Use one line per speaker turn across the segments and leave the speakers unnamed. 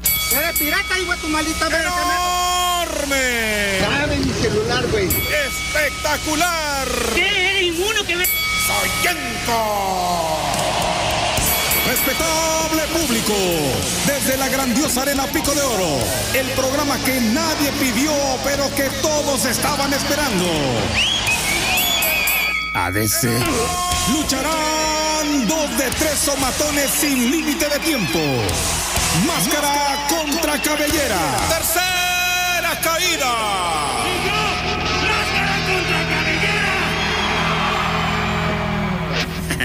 ¡Eres Eh, pirata, hijo de tu maldita verga!
¡Enorme!
¡Dame mi celular, güey!
¡Espectacular!
¿Qué? ¿Eres inmuno que me...?
¡Soy Kenko! Respetable público, desde la grandiosa Arena Pico de Oro, el programa que nadie pidió, pero que todos estaban esperando. ADC. Lucharán dos de tres somatones sin límite de tiempo. Máscara contra cabellera. Tercera caída.
¡Y yo! ¡Máscara contra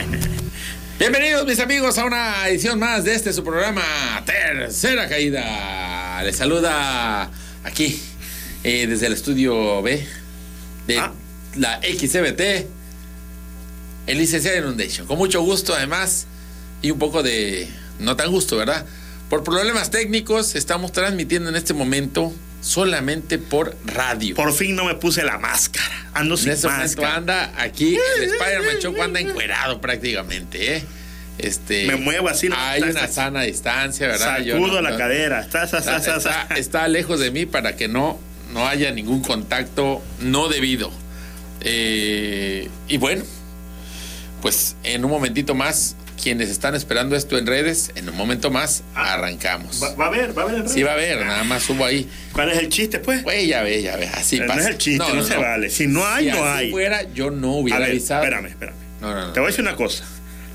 cabellera!
Bienvenidos mis amigos a una edición más de este su programa Tercera Caída. Les saluda aquí eh, desde el estudio B de la XBT, el licenciado Inundation. Con mucho gusto además y un poco de no tan gusto, ¿verdad? Por problemas técnicos estamos transmitiendo en este momento solamente por radio.
Por fin no me puse la máscara. Ando
En
sin
ese momento
máscara.
anda aquí el Spider-Man Choco anda encuerado prácticamente, ¿eh? Este,
Me muevo así, no,
Hay
está-
una
está-
sana distancia, ¿verdad? Yo
Sacudo
no-
la
no-
cadera. Está, está, está,
Está,
está, está.
está- está lejos de mí para que no, no haya ningún contacto no debido. Eh, y bueno, pues en un momentito más, quienes están esperando esto en redes, en un momento más arrancamos.
Ah. Va, va a ver, va a ver.
Sí va a haber, nada más subo ahí.
¿Cuál es el chiste, pues?
Güey, ya ve, ya ve, así
no
pasa.
es el chiste, no, se vale. Si no hay,
Si
no
así
hay.
fuera, yo no hubiera
a ver,
avisado.
espérame, espérame.
No, no, no.
Te voy a decir una cosa.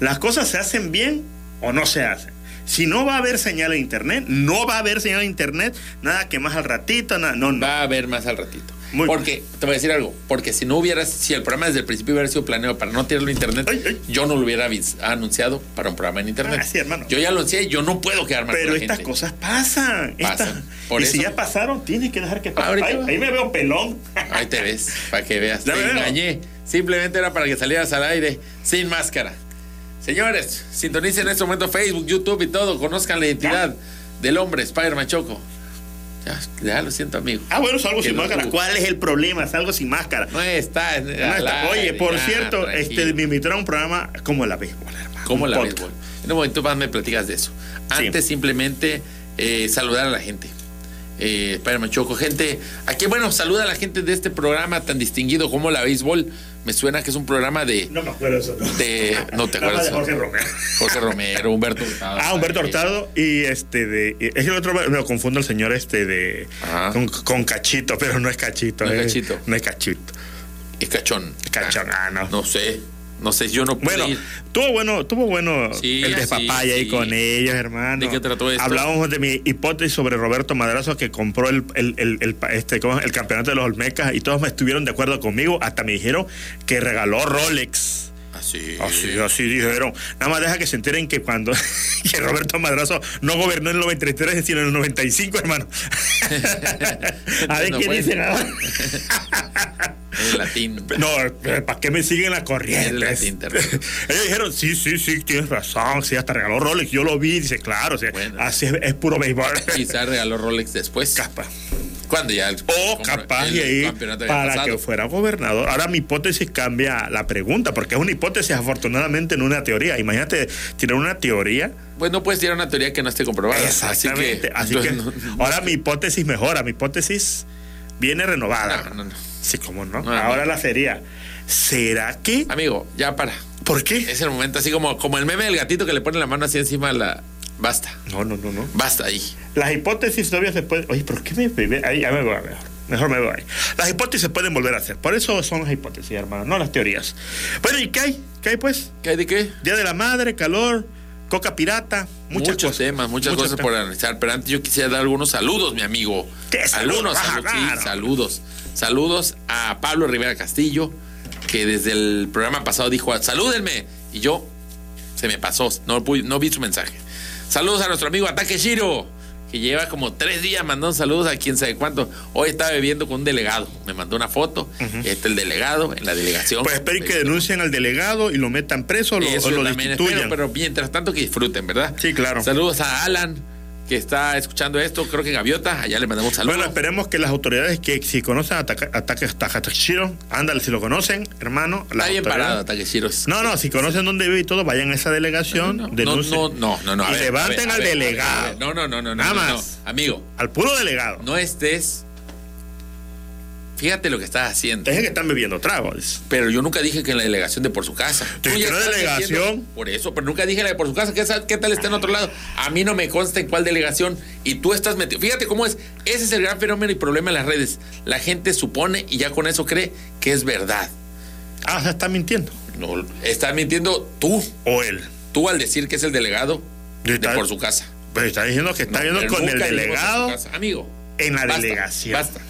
Las cosas se hacen bien o no se hacen. Si no va a haber señal de internet, no va a haber señal de internet, nada que más al ratito, nada. No, no.
Va a haber más al ratito.
Muy
porque, te voy a decir algo, porque si no hubieras, si el programa desde el principio hubiera sido planeado para no tirarlo a internet,
Ay, ay.
yo no lo hubiera avis- anunciado para un programa en internet.
Ah, sí, hermano.
Yo ya lo anuncié, yo no puedo quedarme con
Pero
la
estas
gente.
cosas pasan.
Pasan.
estas-
Por
y si
eso-
ya pasaron, tienes que dejar que pasen.
Ahorita
Ahí,
va.
ahí me veo pelón.
Ahí te ves, para que veas.
Ya
te
veo.
engañé. Simplemente era para que salieras al aire sin máscara. Señores, sintonicen en este momento Facebook, YouTube y todo. Conozcan la identidad del hombre, Spider-Man Choco. Ya, ya lo siento, amigo.
Ah, bueno, salgo
Que
sin
lo
máscara.
tuvo.
¿Cuál es el problema? Salgo sin máscara.
No está. en-
No
al
está. Oye,
aire,
por
ya,
cierto, este,
tranquilo.
me invitaron a un programa como la béisbol, hermano.
¿Cómo
Un
la
podcast.
béisbol? En un momento más me platicas de eso. Antes simplemente eh, saludar a la gente. Eh, Spider-Man Choco, gente, aquí bueno, saluda a la gente de este programa tan distinguido como la béisbol. Me suena que es un programa de...
No me acuerdo eso. No,
de no te
Nada
acuerdas.
más de Jorge Romero.
Jorge Romero, Humberto Hurtado.
Ah, Humberto Hurtado y este de. y- Es el otro, me lo confundo el señor este de.
Ajá.
Con, con Cachito, pero no es Cachito.
No es
eh.
Cachito.
No es Cachito.
Y Cachón.
Cachón, ah, no.
No sé. No sé, yo no puedo.
Bueno,
ir.
tuvo bueno, tuvo bueno
Sí,
el
sí,
despapaya ahí
sí.
con ellos, hermano.
¿De qué trató esto?
Hablábamos de mi hipótesis sobre Roberto Madrazo que compró el, el- el- el pa- este, ¿cómo es? el campeonato de los Olmecas y todos me estuvieron de acuerdo conmigo, hasta me dijeron que regaló Rolex.
Así.
Así, así dijeron. Nada más deja que se enteren que cuando que Roberto Madrazo no gobernó en el 93, sino en el 95, hermano. A ver
No
quién
puede
dice
ser.
nada.
En latín.
No, ¿para qué me siguen la corriente?
Es latín, te recuerdo.
Ellos dijeron, sí, sí, sí, tienes razón, sí, hasta regaló Rolex, yo lo vi, dice, claro, o sea,
Bueno.
así es, es puro béisbol.
Quizás regaló Rolex después.
Capa.
Cuando ya. el-
O
compro-
capaz
el
de ir
campeonato había
para
pasado.
que fuera gobernador. Ahora mi hipótesis cambia la pregunta, porque es una hipótesis afortunadamente en una teoría. Imagínate tirar una teoría.
Pues no puedes tirar una teoría que no esté comprobada. Así que.
Exactamente. Así que,
no,
ahora mi hipótesis mejora, mi hipótesis viene renovada.
no, no, no.
Sí, cómo no.
No, no.
ahora la sería. ¿Será que?
Amigo, ya para.
¿Por qué?
Es el momento así como, como el meme del gatito que le pone la mano así encima a la. Basta.
No, no, no, no.
Basta ahí.
Las hipótesis todavía se pueden. Oye, ¿por qué me.? me- ahí, ya me voy, mejor. Mejor me voy. Las hipótesis se pueden volver a hacer. Por eso son las hipótesis, hermano, no las teorías. Bueno, ¿y qué hay? ¿Qué hay, pues?
¿Qué hay de qué?
Día de la madre, calor, coca pirata, muchas
muchos
cosas.
temas, muchas, cosas por
temas.
analizar. Pero antes yo quisiera dar algunos saludos, mi amigo.
¿Qué
Algunos
saludos? Ah,
saludos, sí,
claro.
saludos. Saludos a Pablo Rivera Castillo, que desde el programa pasado dijo, salúdenme. Y yo, se me pasó, no, pude- no vi su mensaje. Saludos a nuestro amigo Ataque Shiro, que lleva como tres días mandando saludos a quién sabe cuánto. Hoy estaba bebiendo con un delegado. Me mandó una foto. Este es el delegado en la delegación.
Pues esperen que denuncien al delegado y lo metan preso o lo,
Eso
o lo
también espero,
destituyan.
pero mientras tanto que disfruten, ¿verdad?
Sí, claro.
Saludos a Alan, que está escuchando esto, creo que Gaviota, allá le mandamos saludos.
Bueno, esperemos que las autoridades que si conocen a Taka- a Taka- a Takashiro, ándale, si lo conocen, hermano. las
está bien
autoridades-
parado, Takeshiro. es-
No, no, si conocen dónde vive y todo, vayan a esa delegación,
No, no,
denuncien.
no, no, no, no, a
Y
ver,
levanten
a ver, a ver, a
al
ver, a
delegado,
ver. No, no, no, no, no,
Nada
no, no,
más.
Amigo,
al puro delegado.
no estés. Fíjate lo que estás haciendo.
Dejen que están bebiendo tragos.
Pero yo nunca dije que en la delegación de por su casa.
Te
Tú ya
dijeron
estás
delegación.
diciendo- por eso, pero nunca dije la de por su casa. ¿Qué, sa- qué tal está en otro lado? A mí no me consta en cuál delegación. Y tú estás metido. Fíjate cómo es. Ese es el gran fenómeno y problema en las redes. La gente supone y ya con eso cree que es verdad.
Ah, o sea, están mintiendo.
No, estás mintiendo tú.
O él.
Tú al decir que es el delegado de
Está-
por su casa.
Pero Pues está diciendo que está
No,
viendo
pero
con el
nunca dijimos
delegado.
en su casa. Amigo.
en la
basta,
delegación.
Basta.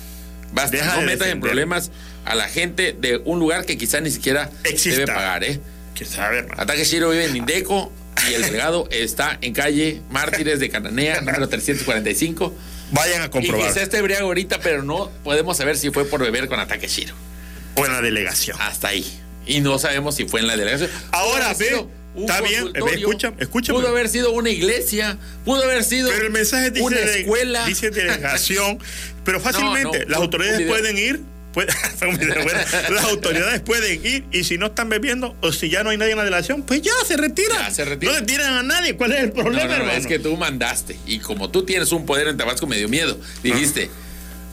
Basta.
Deja
no
de
metas en
defender.
problemas a la gente de un lugar que quizá ni siquiera
Exista.
debe pagar, ¿eh?
Que sabe, hermano.
Ataque Shiro vive en Indeco y el delegado está en calle Mártires de Cananea, número 345.
Vayan a
Y
comprobar.
quizá esté briago ahorita, pero no podemos saber si fue por beber con Ataque Shiro.
O en la delegación.
Hasta ahí. Y no sabemos si fue en la delegación.
Ahora
Pudo haber
ve,
sido un
está bien,
consultorio,
ve, escucha, escúchame.
Pudo haber sido una iglesia, pudo haber sido
Pero el mensaje dice,
una
de-
escuela.
dice delegación. Pero
No,
fácilmente,
no, un-
las
un
autoridades
video.
pueden ir. puede- fue un video, bueno, las autoridades pueden ir y si no están bebiendo o si ya no hay nadie en la delegación, pues ya se retiran.
Ya se retiran.
No retiran a nadie. ¿Cuál es el
No,
problema,
no, no,
hermano?
es que tú mandaste. Y como tú tienes un poder en Tabasco, me dio miedo. Dijiste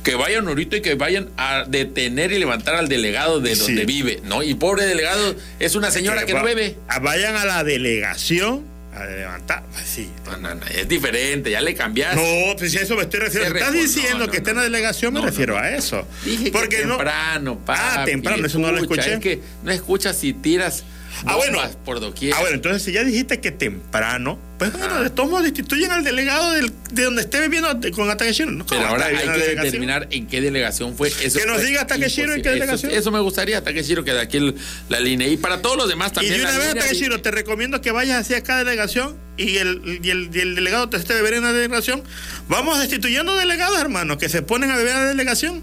que vayan ahorita y que vayan a detener y levantar al delegado de
Sí.
donde vive. No, y pobre delegado, es una señora que no
va-
bebe.
a- Ah, Vayan a la delegación a levantar. Pues sí.
No, no, no, es diferente, ya le cambiaste.
No, pues si a eso me estoy refiriendo.
Se
Estás
refor-
diciendo
no, no,
que está en la
no.
delegación, me
No, no,
refiero
no.
a eso.
Dije que
Porque no-
temprano, papi,
Ah, temprano, eso no lo
escucha,
escuché.
Es que no escuchas si tiras
Ah, bueno.
bombas por doquier.
Ah, bueno, entonces si ya dijiste que temprano, pues bueno, de todos modos destituyen al delegado del- de donde esté bebiendo te- con Takeshiro. No,
Pero
¿cómo
ahora
está
hay
bien la
que
Ah, delegación?
determinar en qué delegación fue. Eso
Que nos
fue
diga Takeshiro en qué
imposible.
delegación.
Eso, eso me gustaría, Takeshiro, que de aquí el- la línea. Y para todos los demás
Y
también.
de
la
una vez,
línea,
Takeshiro, te recomiendo que vayas hacia cada delegación y el, y el, y el delegado te esté bebiendo en la delegación. Vamos destituyendo delegados, hermano, que se ponen a beber en la delegación.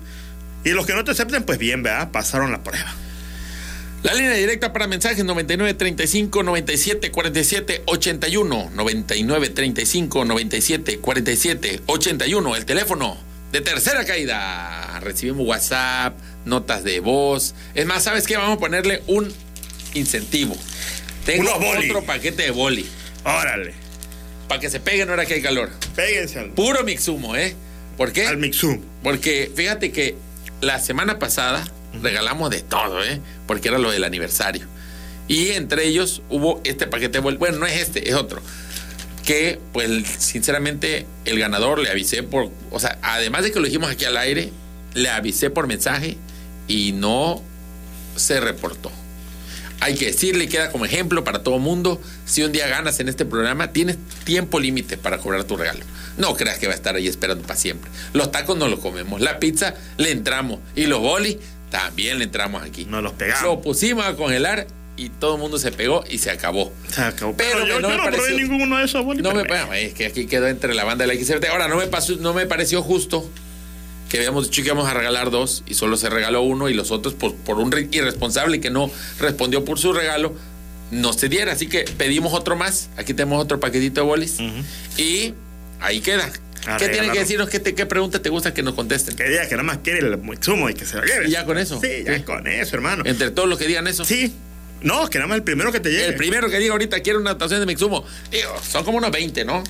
Y los que no te acepten, pues bien, ¿verdad? Pasaron la prueba.
La línea directa para mensajes 99 35 97 47 81 99 35 97 47 81 el teléfono de tercera caída. Recibimos WhatsApp, notas de voz. Es más, ¿sabes qué? Vamos a ponerle un incentivo. Tengo
Unos boli.
otro paquete de boli
Órale,
para que se peguen ahora que hay calor.
péguense al,
Puro mixumo, ¿eh? ¿Por qué?
al Mixum.
Porque fíjate que la semana pasada regalamos de todo, ¿eh? Porque era lo del aniversario. Y entre ellos hubo este paquete de bol- Bueno, no es este, es otro. Que, pues, sinceramente, el ganador le avisé por. O sea, además de que lo dijimos aquí al aire, le avisé por mensaje y no se reportó. Hay que decirle, queda como ejemplo para todo mundo. Si un día ganas en este programa, tienes tiempo límite para cobrar tu regalo. No creas que va a estar ahí esperando para siempre. Los tacos no los comemos, la pizza le entramos y los bolis también le entramos aquí.
Nos los pegamos.
Lo pusimos a congelar y todo el mundo se pegó y se acabó.
Se acabó.
Pero
Pero,
me-
yo,
no
yo
me
no, probé
pareció-
ninguno de esos bolitas.
No me, bueno, es que aquí quedó entre la banda de la XRT. Ahora, no me, pasó, no me pareció justo que habíamos dicho que íbamos a regalar dos y solo se regaló uno y los otros por, por un re- irresponsable que no respondió por su regalo, no se diera. Así que pedimos otro más. Aquí tenemos otro paquetito de bolis. Y ahí queda.
A
¿Qué tienen
regalarlo.
que decirnos? ¿Qué, te- ¿Qué pregunta te gusta que nos contesten?
Que diga que nada más quiere el zumo y que se lo lleve.
¿Y ya con eso?
Sí, ya
Sí.
con eso, hermano.
Entre todos los que digan eso.
Sí. No, que nada más el primero que te llegue.
El primero que diga ahorita quiero una dotación de Mixumo. Digo, son como unos 20, ¿no?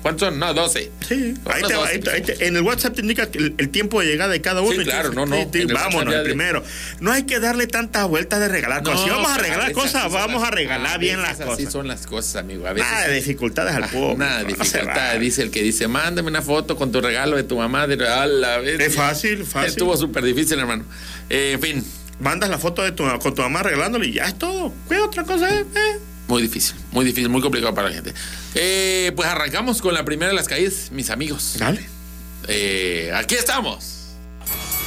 ¿Cuántos son? No, 12.
Sí,
Son
ahí
unos
te, va,
12
ahí te- ahí
Mixumo.
te- en el WhatsApp te indica que el, el tiempo de llegada de cada uno.
Sí,
y
claro, no, no.
sí, sí,
En el WhatsApp
vámonos,
ya
el
de-
primero. No hay que darle tantas vueltas de regalar
No,
cosas. Si vamos a
pero
regalar
veces
cosas,
así son
vamos
las- ah,
a regalar bien
veces
las
Así
cosas.
son las cosas, amigo. A veces
Nada de dificultades al público.
Nada de
no se
dificultad,
vale.
dice el que dice, mándame una foto con tu regalo de tu mamá. De, a la vez.
Es fácil, fácil.
Estuvo súper difícil, hermano. Eh, en fin,
Mandas la foto de tu, con tu mamá regalándole y ya es todo. ¿Qué otra cosa es? Eh?
muy difícil, muy difícil, muy complicado para la gente. Eh, pues arrancamos con la primera de las calles, mis amigos.
Dale.
Eh, aquí estamos.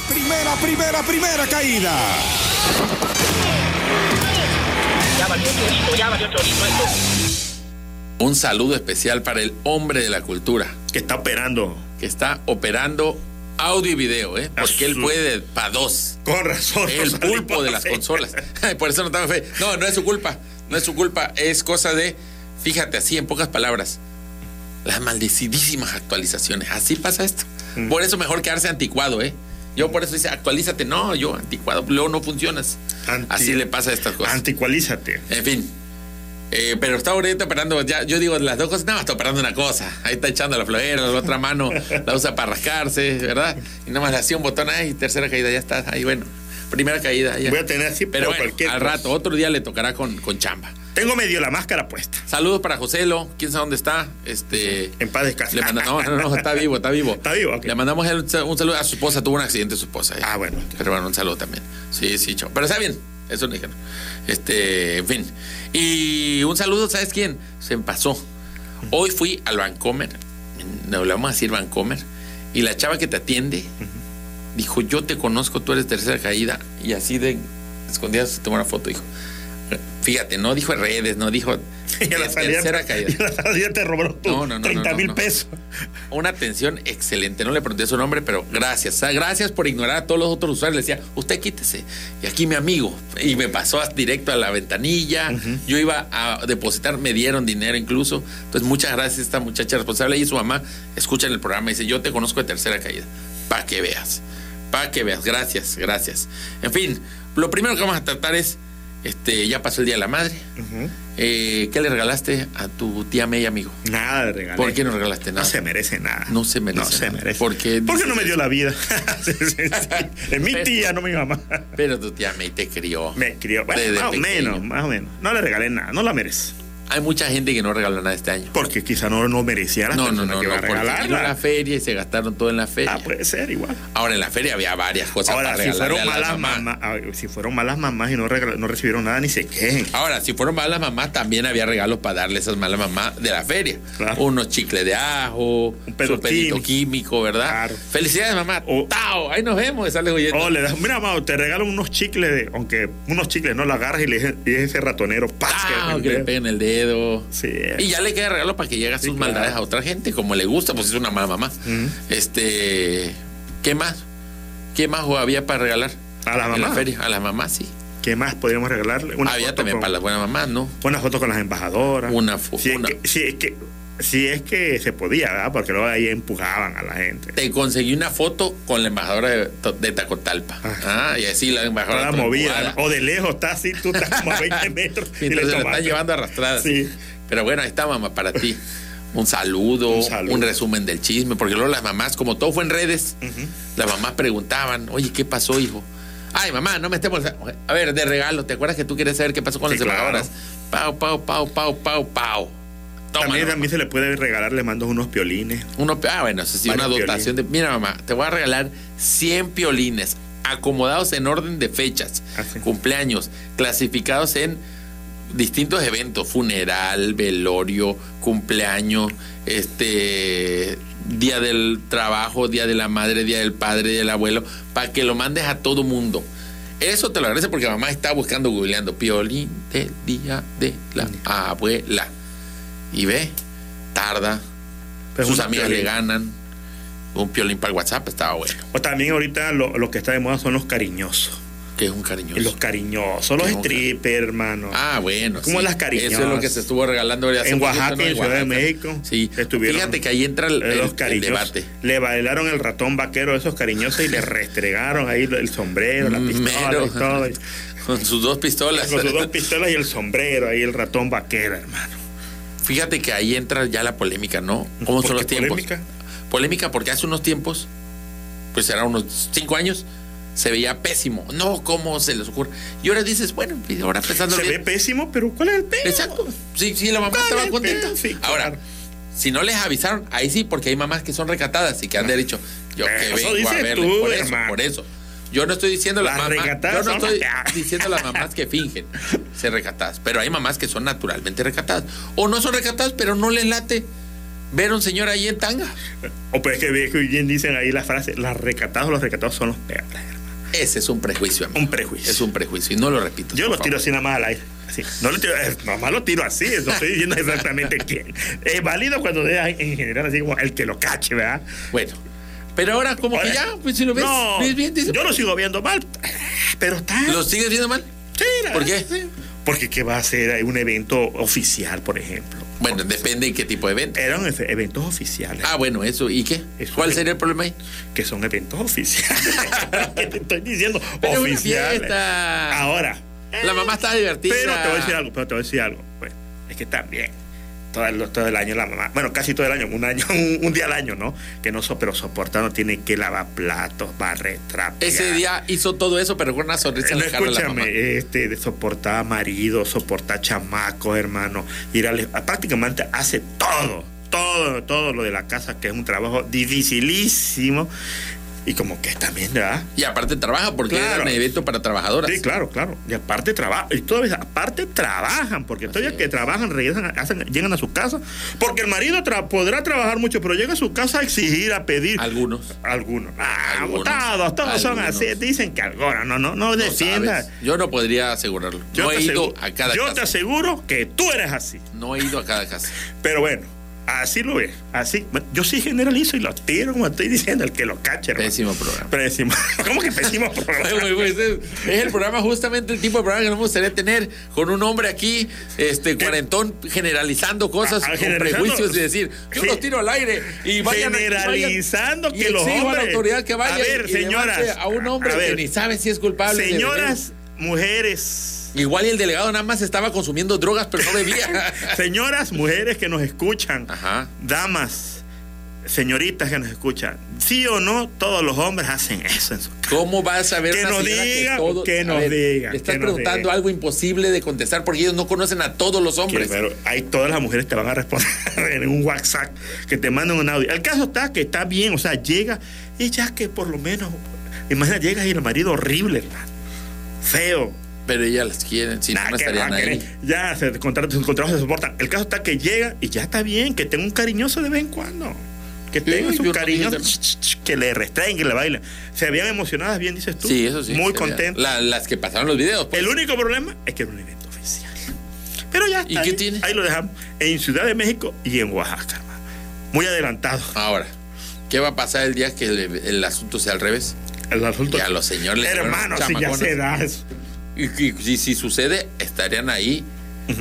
Primera, primera, primera caída.
Un saludo especial para el hombre de la cultura
Que está operando.
que está operando audio y video, ¿eh? porque él
Azul.
puede para dos.
Con razón. no
El
sale
pulpo de
igual.
las consolas. Por eso no estaba fe. No, no es su culpa. No es su culpa. Es cosa de, fíjate así, en pocas palabras, las maldecidísimas actualizaciones. Así pasa esto. Por eso mejor quedarse anticuado, ¿eh? Yo por eso dice, actualízate. No, yo anticuado, luego no funcionas.
Anti-
Así le pasa a estas cosas.
Anticualízate.
En fin. Eh, pero está ahorita operando, ya, yo digo las dos cosas, no, está operando una cosa, ahí está echando la flojera, la otra mano la usa para rascarse, ¿verdad? Y nada más le hacía un botón ahí, tercera caída, ya está, ahí bueno, primera caída, ya.
Voy a tener así,
pero
pero
bueno,
cualquier
al
cosa.
rato, otro día le tocará con, con chamba.
Tengo medio la máscara puesta.
Saludos para Joselo, quién sabe dónde está, este...
En paz descanse.
Le manda- no, no, no, está vivo, está vivo.
Está vivo, ok.
Le mandamos el- un saludo a su esposa, tuvo un accidente su esposa. eh.
Ah, bueno.
Pero bueno, un saludo también. Sí, sí, chao. Pero está bien, eso no dijeron. Este, en fin. Y un saludo, ¿sabes quién? Se me pasó. Hoy fui al Vancomer, no le vamos a decir Vancomer, y la chava que te atiende dijo, yo te conozco, tú eres tercera caída, y así de escondidas se tomó una foto, dijo. Fíjate, no dijo redes, no dijo
Y a la salida,
tercera caída.
y a la salida te robaron tus
No, no, no,
30
no,
mil
no.
pesos.
Una atención excelente. No le pregunté su nombre, pero gracias. O sea, gracias por ignorar a todos los otros usuarios. Le decía, usted quítese. Y aquí mi amigo. Y me pasó hasta directo a la ventanilla. Yo iba a depositar, me dieron dinero incluso. Entonces, muchas gracias a esta muchacha responsable. Y su mamá escucha en el programa y dice, yo te conozco de tercera caída. Para que veas. Para que veas. Gracias, gracias. En fin, lo primero que vamos a tratar es, este, ya pasó el Día de la Madre. Eh, ¿Qué le regalaste a tu tía May, amigo?
Nada de regalo.
¿Por qué no regalaste nada?
No se merece nada.
No se merece
No se
nada.
merece.
¿Por qué
Porque
dices
no me dio la vida. Sí, sí, sí. Es mi tía, no mi mamá.
Pero tu tía May te crió.
Me crió. Bueno,
Desde
más o
pequeño.
menos, más o menos. No le regalé nada, no la merece.
Hay mucha gente que no regaló nada este año.
Porque quizá no, no merecía la
No, no,
persona
no,
que
no,
va a
porque vino la
regalarla.
feria y se gastaron todo en la feria.
Ah, puede ser igual.
Ahora en la feria había varias cosas
Ahora,
para
si
regalarle
fueron
a las
malas
mamás.
mamás, ah, si fueron malas mamás y no, regala- no recibieron nada, ni se quejen.
Ahora, si fueron malas mamás, también había regalos para darle a esas malas mamás de la feria.
Claro.
Unos chicles de ajo,
Un
un
pedo
pedito
químico.
químico, ¿verdad?
Claro.
Felicidades, mamá.
O-
¡Tao! Ahí nos vemos. y Sale huyendo.
O Oh, le das, mira, Mau, te regalo unos chicles, de- aunque unos chicles no la agarras y le dices y ese ratonero, ¡paz!
¡Tao!
que-
Que le peguen el dedo.
Sí.
Ah, Y ya le queda regalo para que llegue a sus
claro.
maldades a otra gente, como le gusta, pues es una mala mamá. Este, ¿qué más? ¿Qué más había para regalar?
A la
En
mamá.
la feria, a la mamá, sí.
¿Qué más podríamos regalarle? Una
había
foto
también
con-
para las buenas mamás, ¿no?
Una foto con las embajadoras.
Una fo-
Si,
una-
Es que, si, es que, si es que se podía, ¿verdad? Porque luego ahí empujaban a la gente.
Te conseguí una foto con la embajadora de, de Tacotalpa.
Ah.
Ah, y así la embajadora.
Toda
toda
movida.
empujada.
O de lejos está así, tú estás como a 20 metros. y le
Mientras se la
tomaste.
están llevando arrastrada.
Sí.
Pero bueno, ahí está, mamá, para ti. Un saludo,
Un
un
saludo.
resumen del chisme, porque luego las mamás, como todo fue en redes, las mamás preguntaban, oye, ¿qué pasó, hijo? Ay, mamá, no me estés molestando. A ver, de regalo, ¿te acuerdas que tú querías saber qué pasó con
Sí,
las embajadoras? Pau, pau, pau, pau, pau, pau. Toma.
También, también se le puede regalar, le mando unos piolines.
Uno, ah, bueno, eso sí, una
Varios
dotación de. Mira, mamá, te voy a regalar 100 piolines acomodados en orden de fechas,
Así.
cumpleaños, clasificados en distintos eventos: funeral, velorio, cumpleaños, este. Día del trabajo, día de la madre, día del padre, día del abuelo, para que lo mandes a todo mundo. Eso te lo agradece porque mamá está buscando, googleando. Piolín del día de la abuela. Y ve, tarda,
Pues
sus
unos
amigas le
piolines.
ganan. Un piolín para el WhatsApp estaba bueno.
O también ahorita lo, lo que está de moda son los cariñosos.
Que es un
Y Los
cariñoso.
cariñosos, los
Qué onda.
strippers, hermano.
Ah, bueno.
Como las cariñosas.
Eso es lo que se estuvo regalando hace
En
poquito,
Oaxaca,
¿no?
en Ciudad de México,
Sí.
estuvieron
Fíjate que ahí entra el,
Eh,
el-
los
el
cariñosos.
debate.
Le bailaron el ratón vaquero a esos cariñosos y le restregaron ahí el sombrero, la pistola
Mero.
y todo. y-
Con sus dos pistolas.
Con sus dos pistolas y el sombrero ahí, el ratón vaquero, hermano.
Fíjate que ahí entra ya la polémica, ¿no? ¿Cómo
¿Por
son
qué
los tiempos?
polémica?
Polémica porque hace unos tiempos, pues era unos cinco años, se veía pésimo. No, ¿cómo se les ocurre? Y ahora dices, bueno, pues, ahora pensando
Se ve
bien.
pésimo, pero ¿cuál es el pelo?
Exacto. Sí, sí, la mamá estaba contenta. Ahora,
Ahora,
Si no les avisaron, ahí sí, porque hay mamás que son recatadas y que han derecho. Yo que
Eso
vengo a
dices
verles,
tú,
por eso,
hermano.
por eso. Yo no estoy diciendo las,
Las
mamás.
recatadas
yo no
son-
estoy diciendo las mamás que fingen ser recatadas. Pero hay mamás que son naturalmente recatadas. O no son recatadas, pero no les late ver a un señor ahí en tanga.
o pues que ve que bien dicen ahí la frase, las recatados, los recatados son los peores, hermano.
Ese es un prejuicio, amigo.
Un prejuicio.
Es un prejuicio. Y no lo repito.
Yo
por
los tiro
favor.
así nada más al aire. Así. No lo tiro, eh, nomás lo tiro así, no estoy diciendo exactamente quién. Es válido cuando sea en general así como el que lo cache, ¿verdad?
Bueno. Pero ahora, como que
Ahora,
ya, pues si lo ves,
no,
ves bien, "Pues, dices,
yo lo sigo viendo mal, pero está.
¿Lo sigues viendo mal?
Sí, la
¿Por
verdad,
qué?
sí. Porque qué va a ser un evento oficial, por ejemplo.
Bueno, depende de qué tipo de evento.
Eran efe- eventos oficiales,
Ah, bueno, eso. ¿Y qué?
Eh, Eso
¿Cuál
es-
sería el problema ahí?
que son eventos oficiales. ¿Qué te estoy diciendo?
Pero es una
oficiales.
fiesta.
Ahora,
La mamá está divertida.
Eh, Pero te voy a decir algo, pero te voy a decir algo. Pues, es que también, todo el, todo el año la mamá, bueno, casi todo el año, un año, un, un día al año, ¿no? Que no so, pero soportar no tiene que lavar platos, barrer, trapear.
Ese día hizo todo eso, pero con una sonrisa
Eh,
en
No,
la cara de la mamá.
escúchame, este, de soportar marido, soportar chamacos, hermano, ir al- a- prácticamente hace todo, todo, todo lo de la casa, que es un trabajo dificilísimo y como que también, ¿verdad?
Y aparte trabaja porque
Claro.
era un evento para trabajadoras.
Sí, claro, claro. Y aparte trabajan, y todavía aparte trabajan, porque todavía que trabajan, regresan, a- hacen- llegan a su casa, porque el marido tra- podrá trabajar mucho, pero llega a su casa a exigir, a pedir.
Algunos.
Algunos. Ah,
Algunos.
todos, todos son
Algunos.
así. Dicen que algunos, no, no,
No
no defiendas.
sabes. Yo no podría asegurarlo.
Yo,
no
te,
he ido
aseguro,
a cada
yo te
casa.
aseguro que tú eres así.
No he ido a cada casa.
Pero bueno, así lo ves. Así, yo sí generalizo y lo tiro, como estoy diciendo, el que lo cache, hermano.
Pésimo programa.
Pésimo. ¿Cómo que pésimo programa?
Ay, güey, güey, este Es el programa, justamente el tipo de programa que no me gustaría tener con un hombre aquí, este cuarentón, generalizando cosas
Ah, ah,
con
generalizando.
prejuicios y decir, yo
Sí.
los tiro al aire y vayan
Generalizando
y vayan,
que
y
los
exijo a
hombres-
la autoridad que vaya
A ver,
y levante
señoras.
a un hombre
A ver.
que ni sabe si es culpable. de
Señoras, mujeres.
beber. Igual y el delegado nada más estaba consumiendo drogas, pero no bebía.
Señoras, mujeres que nos escuchan.
Ajá.
Damas, señoritas que nos escuchan. Sí o no, todos los hombres hacen eso en su casa.
¿Cómo vas a ver
Que
una
nos
señora
diga,
que todo-
que
a
nos diga,
Le estás
que nos
preguntando
diga.
algo imposible de contestar porque ellos no conocen a todos los
Que,
hombres.
pero ahí todas las mujeres te van a responder en un WhatsApp que te mandan un audio. El caso está que está bien, o sea, llega y ya que por lo menos, imagina, llegas y el marido horrible, hermano, feo,
Pero ellas las quieren, si
Nah,
pues no, no
Ah, que
estarían
no va a
ahí.
querer. Ya, se, contra- sus contratos se soportan. El caso está que llega y ya está bien, que tenga un cariñoso de vez en cuando. Que tenga
yo
su cariñoso,
también
ch, ch, ch, que le restraen, que le bailen. Se habían emocionadas, bien dices tú.
Sí, eso sí.
Muy
se
contento.
veía. La- las que pasaron los videos. pues.
El único problema es que era un evento oficial. Pero ya está.
¿Y qué
ahí,
tiene?
ahí lo dejamos. En Ciudad de México y en Oaxaca, hermano. Muy adelantado.
Ahora, ¿qué va a pasar el día que el, el asunto sea al revés?
El asunto.
Ya los señores les
Hermano,
llevaron
si ya
chamacones.
se da eso.
Y, y- y si sucede, estarían ahí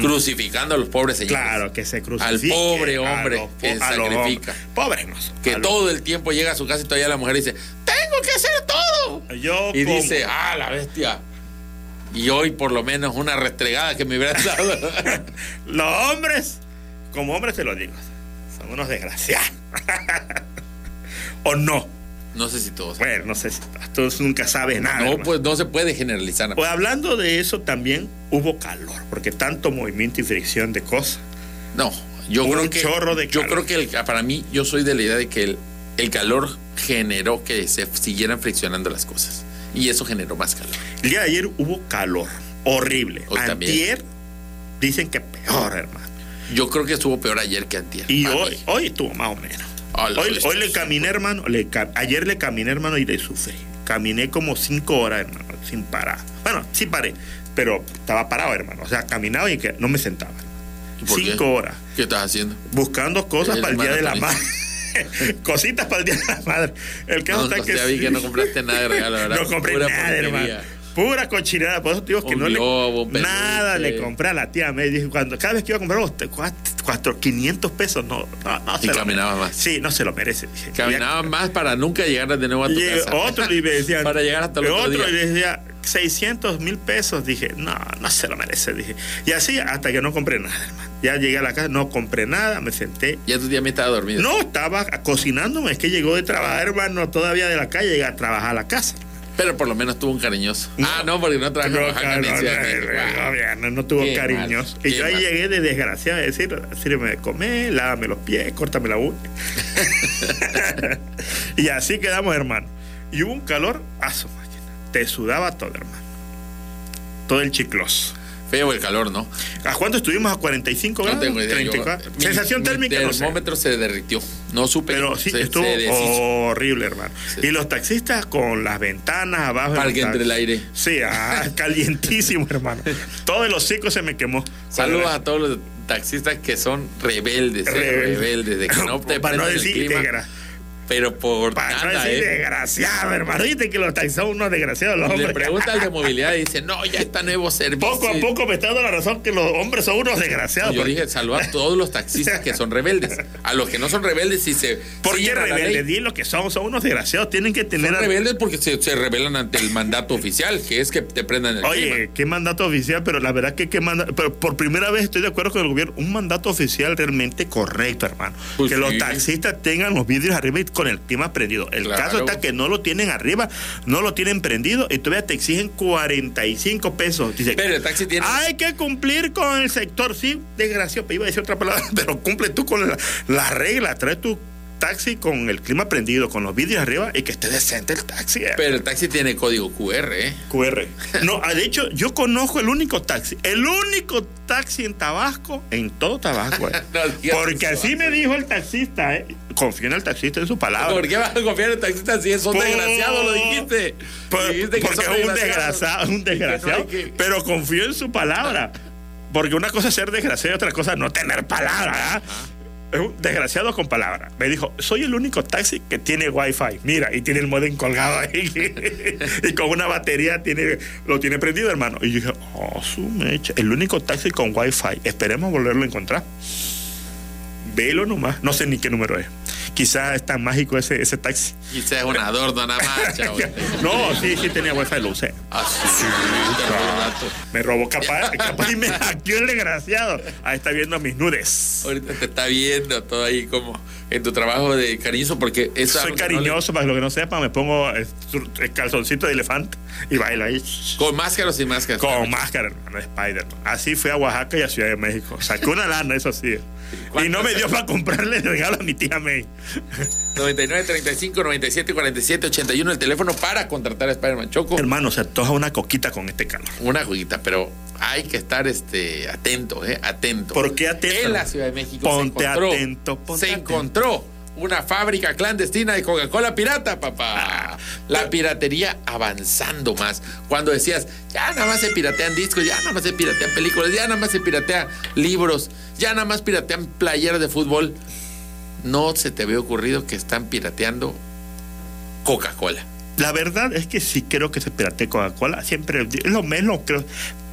crucificando a los pobres señores.
Claro, que se cruza.
Al pobre hombre que sacrifica.
Pobres nos.
Que
a los-
todo el tiempo llega a su casa y todavía la mujer dice, tengo que hacer todo.
Yo
Y
como-
dice, ah, la bestia. Y hoy por lo menos una restregada que me hubieran dado.
Los hombres, como hombres te lo digo, son unos desgraciados. o no.
no sé si todos.
Bueno, no sé, si- tú nunca sabes nada.
No,
hermano.
pues no se puede generalizar.
Pues hablando de eso también hubo calor, porque tanto movimiento y fricción de cosas.
No, yo
Un
creo que.
chorro de
yo
calor.
creo que el- para mí, yo soy de la idea de que el, el calor generó que se siguieran friccionando las cosas. Y eso generó más calor.
El día de ayer hubo calor, horrible.
Hoy también.
Antier dicen que peor, hermano.
Yo creo que estuvo peor ayer que antier.
Y
para
hoy,
mí.
hoy estuvo más o menos.
Ah, la
Hoy,
bestia.
hoy le caminé, hermano. le ca- ayer le caminé, hermano, y le sufrí. Caminé como cinco horas, hermano, sin parar. Bueno, sí paré, pero estaba parado, hermano. O sea, caminaba y que no me sentaba.
¿Y por qué?
Cinco horas.
¿Qué estás haciendo?
Buscando cosas
El
para el día de la madre.
maratonista.
Cositas para el día de la madre. El caso
No,
está
no,
que.
ya vi
sí.
que no compraste nada de regalo, ¿verdad?
No compré
Pura
nada,
porquería.
hermano. Pura cochinada. Por eso te digo que
Un
no
globo, un
le. Nada
peluche.
le compré a la tía May. Dije, cuando, cada vez que iba a comprar los te- cuatro, cuatro- 500 pesos, no. no, no
Y
se lo
caminaba
merece.
más.
Sí, no se lo merece. Dije,
Caminaba más para nunca llegar de nuevo a tu
y
casa.
otro y me decían,
Para llegar hasta el otro día.
y me decía 600 mil pesos dije no no se lo merece dije y así hasta que no compré nada hermano ya llegué a la casa no compré nada me senté
Ya tu tía me estaba dormido.
no estaba cocinándome es que llegó de trabajar hermano todavía de la calle llegué a trabajar a la casa
Pero por lo menos tuvo un cariñoso.
No.
Ah, no, porque no trabajó en
no,
Oaxaca ni en
no,
Ciudad de
no,
México.
no,
Ah.
no, no, no tuvo
Qué
cariño.
mal,
Y
qué
yo ahí
mal.
llegué de desgraciado a decir, sírveme de comer, lávame los pies, córtame la uña. y así quedamos, hermano. Y hubo un calor a su máquina. Te sudaba todo, hermano. Todo el chicloso.
Feo el calor, ¿no?
¿A cuánto estuvimos? ¿A 45
No
grados?
tengo idea. yo-
34.
mi-
Sensación
mi
térmica, no sé.
termómetro se derritió. No supe.
Pero sí,
se-
estuvo
se deshizo.
horrible, hermano.
Sí.
Y los taxistas con las ventanas abajo. de
Para
los
que entre el
taxis.
aire.
Sí, ah, calientísimo, hermano. Todo el hocico se me quemó.
Saludos a todos los taxistas que son rebeldes. eh,
Rebeldes.
rebeldes. De que no te
Para no
prendes el
decir
clima.
negra.
pero por
Para
nada,
decir
¿eh?
desgraciado, hermano. Viste que los taxis son unos desgraciados los
Le
hombres.
pregunta al de movilidad y dice, no, ya está nuevo servicio.
Poco a poco me está dando la razón que los hombres son unos desgraciados.
Yo
porque-
dije, saludar a todos los taxistas que son rebeldes. A los que no son rebeldes, si se.
¿Por qué
siguen a la ley.
rebeldes? Di lo que son, son unos desgraciados. Tienen que tener.
Son
al-
rebeldes porque se, se rebelan ante el mandato oficial, que es que te prendan el clima.
Oye, qué mandato oficial, pero la verdad que qué mandato. Pero por primera vez estoy de acuerdo con el gobierno. Un mandato oficial realmente correcto, hermano.
Pues
que
sí.
los taxistas tengan los vidrios arriba y con el clima prendido. El
Claro.
caso está que no lo tienen arriba, no lo tienen prendido y todavía te exigen 45 pesos. Dice,
Pero el taxi tiene-
Hay que cumplir con el sector. Sí, desgraciado, iba a decir otra palabra, pero cumple tú con la, la regla. Trae tu taxi con el clima prendido, con los vidrios arriba y que esté decente el taxi. hermano.
Pero el taxi tiene código QR, ¿eh?
QR. No, ah, de hecho, yo conozco el único taxi, el único taxi en Tabasco, en todo Tabasco. eh.
No digas
Porque
eso,
así me dijo el taxista, eh. confío en el taxista en su palabra.
¿Por qué vas a confiar en taxistas si son
Por-
desgraciados? Lo dijiste.
Por-
Dijiste que
porque
son
es un
desgraciados.
desgraciado, un desgraciado,
Que no hay que-
pero confío en su palabra. Porque una cosa es ser desgraciado y otra cosa es no tener palabra. ¿ah? Es un desgraciado con palabra. Me dijo, soy el único taxi que tiene wifi. Mira, y tiene el modem colgado ahí. y con una batería tiene, lo tiene prendido, hermano. Y yo dije, oh, su mecha. El único taxi con wifi. Esperemos volverlo a encontrar. Velo nomás. No sé ni qué número es. Quizás es tan mágico ese, ese taxi.
Quizás es un adorno nada más, chavo.
No, sí, sí tenía wifi, lo usé.
Así, te robó un dato.
Me robó capaz, capaz y me hackeó el desgraciado. Ahí está viendo mis nudes.
Ahorita te está viendo todo ahí como en tu trabajo de cariñoso, porque es
Soy
algo que no
cariñoso, para lo que no sepa, me pongo eh, tru- eh, calzoncito de elefante y bailo ahí.
le- con máscaras y máscaras.
Con máscara, hermano, de Spider-Man. Así fui a Oaxaca y a Ciudad de México. Saqué una lana, eso sí. Y no me dio para comprarle el regalo a mi tía May.
99 35 97 47 81 el teléfono para contratar a Spider-Man Choco.
Hermano, se antoja una coquita con este calor.
Una juguita, pero hay que estar este atento, eh, atento.
¿Por qué atento?
En la Ciudad de México
Ponte
se encontró,
atento, ponte
se
atento.
encontró una fábrica clandestina de Coca-Cola pirata,
Ah.
papá. La piratería avanzando más. Cuando decías, ya nada más se piratean discos, ya nada más se piratean películas, ya nada más se piratean libros, ya nada más piratean playeras de fútbol. No se te había ocurrido que están pirateando Coca-Cola.
La verdad es que sí creo que se pirate Coca-Cola. Siempre es lo menos, creo.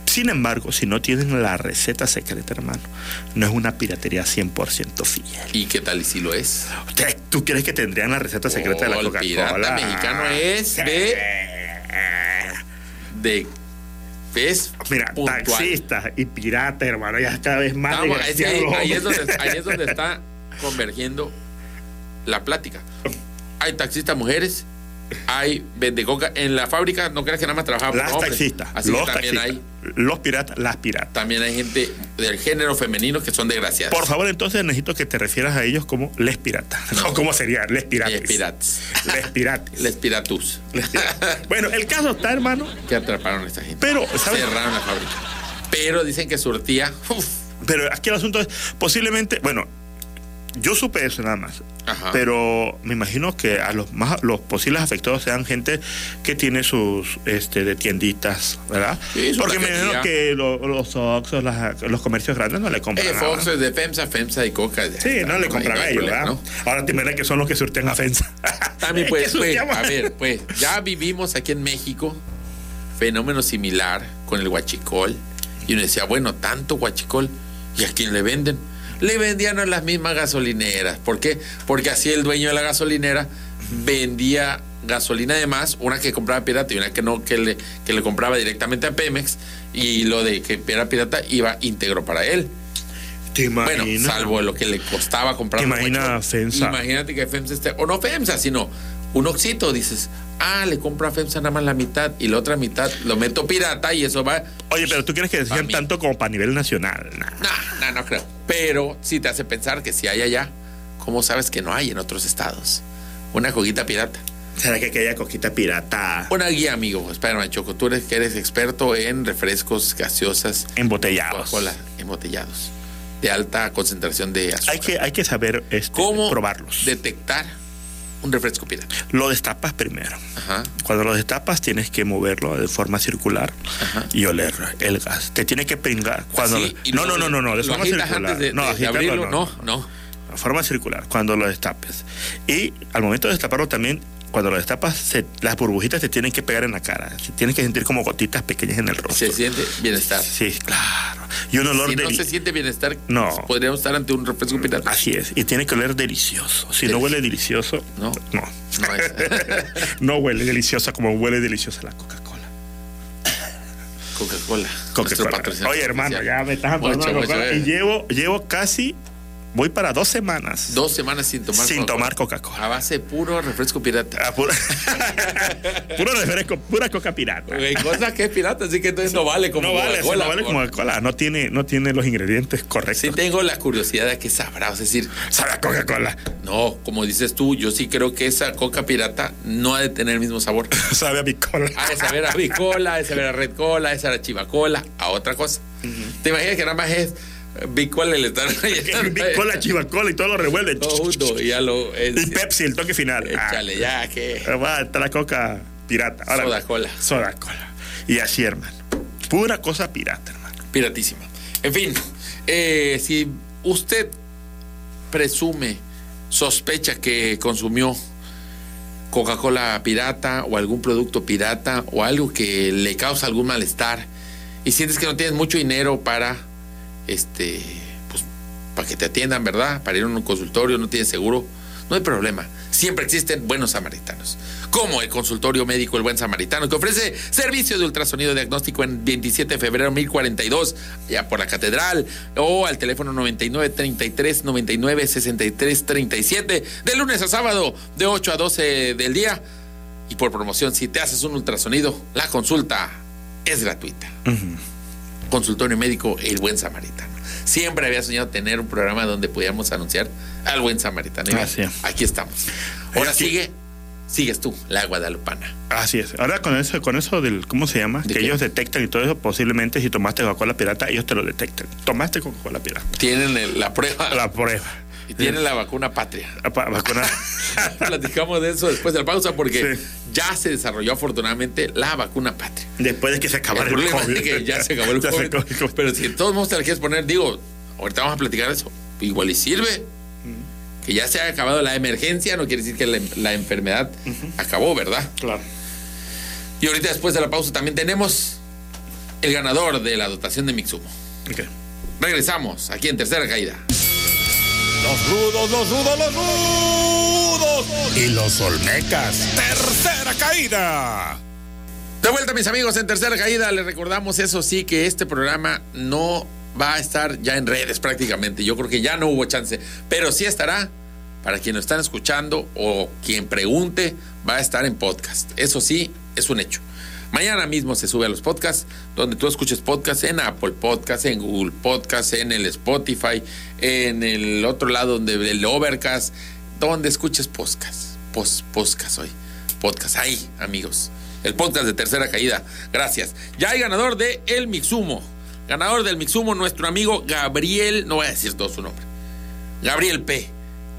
Sin embargo, si no tienen la receta secreta, hermano, no es una piratería 100% fiel.
¿Y qué tal y si lo es?
¿Ustedes- ¿Tú crees que tendrían la receta secreta de
Oh,
la
el
Coca-Cola? Eh,
pirata mexicano es de- De. ¿Ves?
Mira,
Puntual.
taxistas y piratas, hermano, ya cada vez más.
Vamos, es que ahí,
desgraciados.
ahí es donde, ahí es donde está convergiendo la plática. Hay taxistas mujeres, hay vendecoca. En la fábrica no creas que nada más trabajaban
Las
hombres.
taxistas,
Así que
los
también
taxistas,
hay,
los piratas, las piratas.
también hay gente del género femenino que son desgraciadas.
Por favor, entonces necesito que te refieras a ellos como les piratas. No, ¿cómo sería? Les pirates.
Les pirates.
Les pirates.
Les piratus
Les pirates. bueno, el caso está, hermano,
que atraparon a esta gente.
Pero, ¿sabes?
Cerraron la fábrica. Pero dicen que surtía. uf,
Pero aquí el asunto es, posiblemente, bueno, yo supe eso nada más.
Ajá.
Pero me imagino que a los más los posibles afectados sean gente que tiene sus este de tienditas, ¿verdad?
Sí, su
Porque me
taquería.
imagino que lo- los Oxxos, las- los comercios grandes no le compran.
eh,
nada.
Fox es de FEMSA, FEMSA y Coca.
Sí, no le compran a
hay
ellos,
problema,
¿verdad?
¿no?
Ahora te imaginas que son los que surten ofensa.
También
Es
pues,
que
pues,
surteamos-
a ver, pues, ya vivimos aquí en México fenómeno similar con el guachicol. Y uno decía, bueno, tanto guachicol, ¿y a quién le venden? Le vendían a las mismas gasolineras. ¿Por qué? Porque así el dueño de la gasolinera vendía gasolina de más, una que compraba pirata y una que no, que le, que le compraba directamente a Pemex, y lo de que era pirata iba íntegro para él.
Te imaginas.
Bueno, salvo lo que le costaba comprar.
¿Te
un
imaginas
guachicol.
FEMSA?
Imagínate que FEMSA esté, o no FEMSA, sino un oxito, dices, ah, le compro a FEMSA nada más la mitad y la otra mitad lo meto pirata y eso va...
Oye, pero tú crees que
Pa'
decían
mí.
tanto como para nivel nacional. Nah.
No, no, no creo. Pero sí te hace pensar que si hay allá, ¿cómo sabes que no hay en otros estados? Una coquita pirata.
¿Será que aquella coquita pirata
Una guía, amigo. Espérame, Choco, tú eres, que eres experto en refrescos, gaseosas,
embotellados?
Coca-Cola, embotellados, de alta concentración de azúcar.
Hay que, hay que saber este,
¿Cómo
probarlos.
detectar un refresco pirata?
lo destapas primero.
Ajá.
Cuando lo destapas tienes que moverlo de forma circular y oler el gas. Te tiene que pringar. Cuando
Sí, y
no, no,
luego
no, no, no,
lo
de forma
agitas
circular.
antes de, de- de
agitarlo
abrirlo, no, no.
en forma circular, cuando lo destapes. Y al momento de destaparlo también, cuando lo destapas, se- las burbujitas te tienen que pegar en la cara. Se tienen que sentir como gotitas pequeñas en el rostro.
Se siente bienestar.
Sí, claro. Y un olor
Si
de
no se siente bienestar, pues,
No. Mm,
podríamos estar ante un refresco pirata.
Así es. Y tiene que oler delicioso. Si
Delicioso.
no huele delicioso,
No.
no.
No es.
No huele deliciosa como huele deliciosa la Coca-Cola.
Coca-Cola. nuestro
Coca-Cola.
patrocinador
Oye, hermano,
oficial.
ya me estás hablando
Ocho,
de
ocho,
Coca-Cola.
eh.
Y llevo, llevo casi, voy para dos semanas
Dos semanas sin tomar
sin
Coca-Cola.
tomar Coca-Cola.
A base de puro refresco pirata.
Ah, puro, puro refresco, pura coca pirata.
Güey, cosa que es pirata, así que entonces no vale como
Ah. no vale,
Coca-Cola,
no vale
por-
como Coca-Cola. No tiene, no tiene los ingredientes correctos.
Sí tengo la curiosidad de qué sabrá, es decir,
Sabe a Coca-Cola.
no, como dices tú, yo sí creo que esa coca pirata no ha de tener el mismo sabor.
Sabe a bicola.
Ha de saber Ah, a bicola, ha de saber a red cola, ha de saber a chivacola, a otra cosa. ¿Te imaginas que nada más es eh, bicola y le están rellentando
bicola, chivacola y todo lo revuelve.
todo junto y ya lo... es-
Y Pepsi, el toque final. Ah.
Échale, ya que...
Va, está la coca pirata.
Soda cola.
Soda cola. Y así, hermano. Pura cosa pirata, hermano.
Piratísima. En fin, eh, si usted presume, sospecha que consumió Coca-Cola pirata o algún producto pirata o algo que le causa algún malestar y sientes que no tienes mucho dinero para este pues para que te atiendan, ¿verdad? Para ir a un consultorio, no tienes seguro, no hay problema. Siempre existen buenos samaritanos, como el consultorio médico El Buen Samaritano, que ofrece servicio de ultrasonido diagnóstico en 27 de febrero 1042, ya por la catedral, o al teléfono 99 33 99 63 37, de lunes a sábado, de 8 a 12 del día. Y por promoción, si te haces un ultrasonido, la consulta es gratuita consultorio médico El Buen Samaritano. Siempre había soñado tener un programa donde pudiéramos anunciar al Buen Samaritano. Y
Así es.
Aquí estamos. Ahora
Es que-
sigue, sigues tú, la Guadalupana.
Así es. Ahora con eso, con eso del, ¿cómo se llama?
¿De
que
qué?
ellos detectan y todo eso, posiblemente si tomaste Coca-Cola pirata, ellos te lo detectan. Tomaste Coca-Cola pirata.
Tienen el- la prueba
La prueba.
y tienen la vacuna patria.
La pa- vacuna.
Platicamos de eso después de la pausa porque
Sí.
ya se desarrolló afortunadamente la vacuna patria.
Después de que se acabara
El
el,
problema
COVID.
es que ya se acabó el
Ya
COVID.
acabó el COVID.
Pero si de todos modos te la quieres poner, digo, ahorita vamos a platicar eso. Igual y sirve. Que ya se haya acabado la emergencia, no quiere decir que la, la enfermedad acabó, ¿verdad?
Claro.
Y ahorita después de la pausa también tenemos el ganador de la dotación de Mixumo.
Ok.
Regresamos aquí en Tercera Caída.
Los rudos, los rudos, los rudos. Y los olmecas. Tercera caída.
De vuelta, mis amigos, en tercera caída les recordamos eso sí que este programa no va a estar ya en redes prácticamente. Yo creo que ya no hubo chance, pero sí estará para quien lo están escuchando o quien pregunte, va a estar en podcast. Eso sí, es un hecho. Mañana mismo se sube a los podcasts, donde tú escuches podcasts en Apple Podcasts, en Google Podcasts, en el Spotify, en el otro lado donde el Overcast, donde escuches podcasts. Pos, podcast hoy. Podcast ahí, amigos. El podcast de tercera caída. Gracias. Ya hay ganador de El Mixumo. Ganador del Mixumo, nuestro amigo Gabriel, no voy a decir todo su nombre. Gabriel P.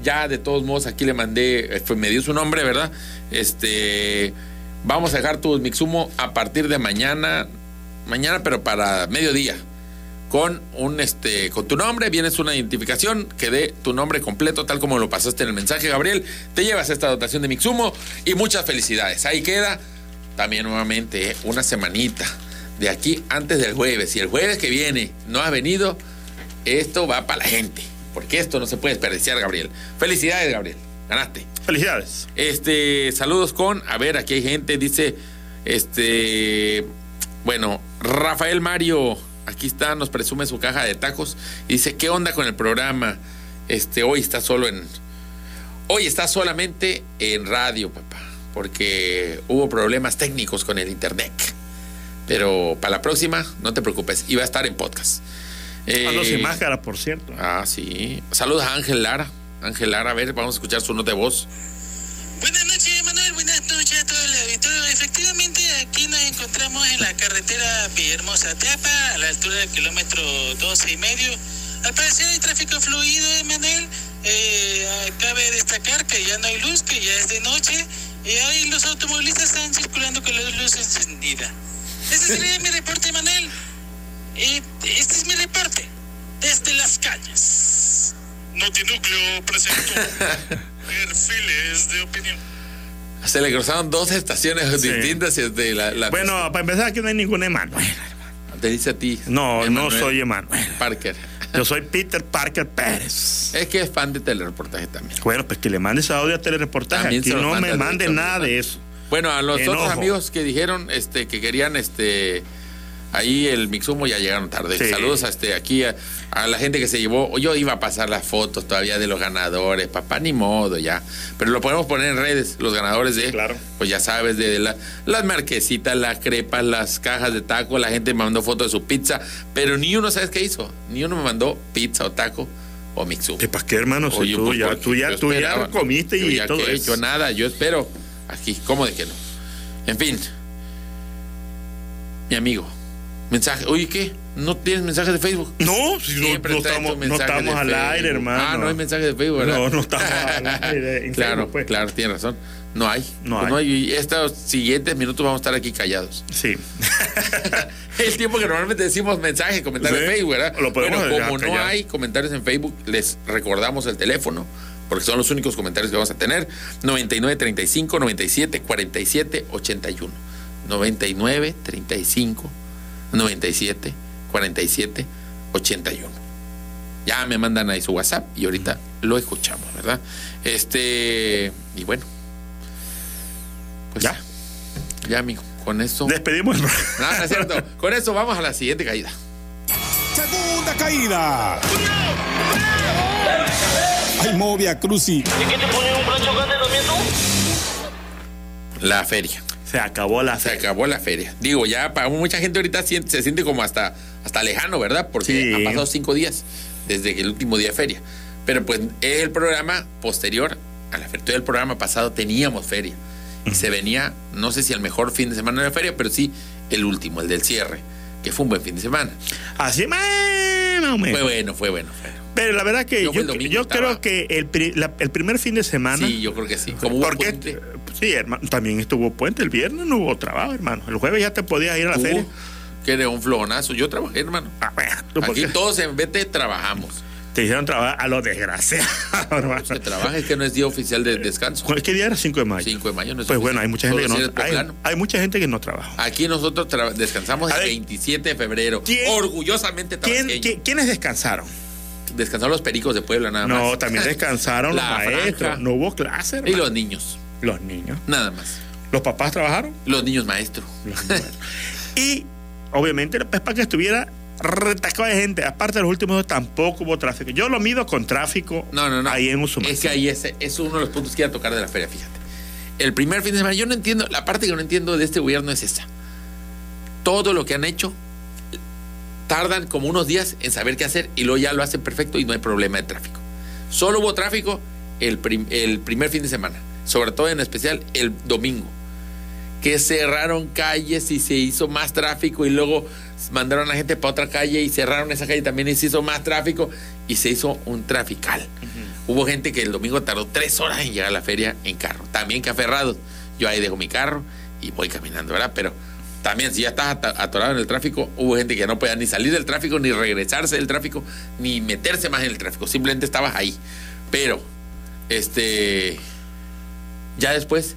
Ya de todos modos aquí le mandé, eh, fue- me dio su nombre, ¿verdad? Este, vamos a dejar tu mixumo a partir de mañana, mañana pero para mediodía. Con un este, con tu nombre, vienes una identificación que dé tu nombre completo, tal como lo pasaste en el mensaje, Gabriel. Te llevas esta dotación de Mixumo y muchas felicidades. Ahí queda también nuevamente eh, una semanita de aquí antes del jueves. Si el jueves que viene no has venido, esto va para la gente. Porque esto no se puede desperdiciar, Gabriel. Felicidades, Gabriel. Ganaste.
Felicidades.
Este, saludos con. A ver, aquí hay gente. Dice. Este. Bueno, Rafael Mario. Aquí está, nos presume su caja de tacos. Y dice, ¿qué onda con el programa? Este, hoy está solo en. Hoy está solamente en radio, papá. Porque hubo problemas técnicos con el internet. Pero para la próxima, no te preocupes. Y va a estar en podcast.
Ando
Eh,
Ah, sin máscara, por cierto.
Ah, sí. Saludos a Ángel Lara. Ángel Lara, a ver, vamos a escuchar su nota de voz.
Buenas noches, Manuel. Buenas noches a todo el auditorio. Efectivamente, aquí nos encontramos en la carretera Villahermosa Teapa, a la altura del kilómetro 12 y medio. Al parecer hay tráfico fluido, eh, Manuel. Eh, cabe destacar que ya no hay luz, que ya es de noche. Y ahí los automovilistas están circulando con las luces encendidas. Ese sería mi reporte, Eh, Manuel. Y este es mi reporte desde las calles. Notinúcleo presentó perfiles de opinión.
Se le cruzaron dos estaciones
Sí.
distintas y este, la, la-
Bueno, para empezar, aquí no hay ningún Emanuel.
te dice a ti.
No, no
Emanuel
soy em- Emanuel.
Parker.
Yo soy Peter Parker Pérez.
Es que es fan de telereportaje también.
Bueno, pues que le mandes audio a telereportaje.
También
Aquí
se lo
no
manda
me
el
mande
Víctor
nada
Guzmán.
de eso.
Bueno, a los
Enojo.
otros amigos que dijeron este que querían este ahí el Mixumo ya llegaron tarde.
Sí.
Saludos a este aquí a, a la gente que se llevó. Yo iba a pasar las fotos todavía de los ganadores, papá ni modo ya. Pero lo podemos poner en redes los ganadores de
Claro.
pues ya sabes de la- las marquesitas, las crepas, las cajas de taco, la gente me mandó fotos de su pizza, pero ni uno sabes qué hizo. Ni uno me mandó pizza o taco o Mixumo.
¿Para qué, hermano? Si
Oye,
tú,
pues,
ya,
porque
tú ya,
yo
tú ya
esperaba.
comiste
Yo
y
ya
todo
que
eso.
Yo nada, yo espero aquí, ¿cómo de que no? En fin, mi amigo, mensaje, oye, ¿qué? ¿No tienes mensajes de Facebook?
No, si no,
Siempre
no
trae tu
estamos, no
mensaje
estamos
de
al
Facebook.
aire, hermano.
Ah, no hay mensaje de Facebook, ¿verdad?
No, no estamos al aire, en
claro,
Facebook, pues.
claro, tienes razón. No hay.
No
Pues Y estos siguientes minutos vamos a estar aquí callados.
Sí.
El tiempo que normalmente decimos mensajes, comentarios
Sí,
en Facebook, ¿verdad?
lo podemos
bueno,
dejar
como no
callado.
hay comentarios en Facebook, les recordamos el teléfono, porque son los únicos comentarios que vamos a tener. 99 35 97 47 81. 99 35 97 47 81. Ya me mandan ahí su WhatsApp y ahorita lo escuchamos, ¿verdad? Este, y bueno. Pues
Ya.
ya. Ya, amigo, con esto.
Despedimos el programa.
No, no es cierto. Con eso vamos a la siguiente caída.
Segunda caída. Ay, Movia Cruci.
La feria.
Se acabó la
Se
feria.
acabó la feria. Digo, ya para mucha gente ahorita siente- se siente como hasta, hasta lejano, ¿verdad? Porque
Sí.
han pasado cinco días desde el último día de feria. Pero pues es el programa posterior a la feria. Todo el programa pasado teníamos feria. Y se venía, no sé si el mejor fin de semana de la feria, pero sí el último, el del cierre, que fue un buen fin de semana.
Así más o menos.
Fue bueno, fue bueno. fue bueno.
Pero la verdad que
Yo
yo,
fui el domingo,
yo
estaba-
creo que el, pri- la- el primer fin de semana.
Sí, yo creo que sí. Como hubo
porque eh,
puente,
sí, hermano, también estuvo puente. El viernes no hubo trabajo, hermano. El jueves ya te podías ir a la
hubo
feria.
que era un flojonazo. Yo trabajé, hermano.
Ah, bueno, tú
Aquí
porque
todos en vete trabajamos.
te hicieron trabajar a lo desgraciado, hermano.
Se trabaja, es que no es día oficial de descanso.
¿Cuál- ¿Qué día era? 5 de mayo.
5 de mayo no es
Pues
oficial.
bueno, hay mucha gente que
Solo
no
si eres
hay,
poblano.
hay mucha gente que no trabaja.
Aquí nosotros tra- descansamos
A
el
ver,
27 de febrero.
¿quién-
Orgullosamente
¿Quién-
tabasqueño.
qui- ¿Quiénes descansaron?
Descansaron los pericos de Puebla nada más.
No, también descansaron los
La
maestros.
franja.
No hubo clase,
Y
hermano.
los niños,
los niños.
nada más.
Los papás trabajaron.
Los niños maestros.
Y obviamente pues, para que estuviera retacado de gente. Aparte de los últimos dos, tampoco hubo tráfico. Yo lo mido con tráfico
No, no, no.
ahí en Usumac.
Es que ahí es, es uno de los puntos que iba a tocar de la feria, fíjate. El primer fin de semana, yo no entiendo, la parte que no entiendo de este gobierno es esta. Todo lo que han hecho, tardan como unos días en saber qué hacer y luego ya lo hacen perfecto y no hay problema de tráfico. Solo hubo tráfico el, prim- el primer fin de semana, sobre todo en especial el domingo, que cerraron calles y se hizo más tráfico y luego mandaron a la gente para otra calle y cerraron esa calle también y se hizo más tráfico y se hizo un trafical. Hubo gente que el domingo tardó tres horas en llegar a la feria en carro, también que aferrados. Yo ahí dejo mi carro y voy caminando, ¿verdad? Pero también si ya estás ata- atorado en el tráfico, hubo gente que no podía ni salir del tráfico, ni regresarse del tráfico, ni meterse más en el tráfico, simplemente estabas ahí. Pero, este, ya después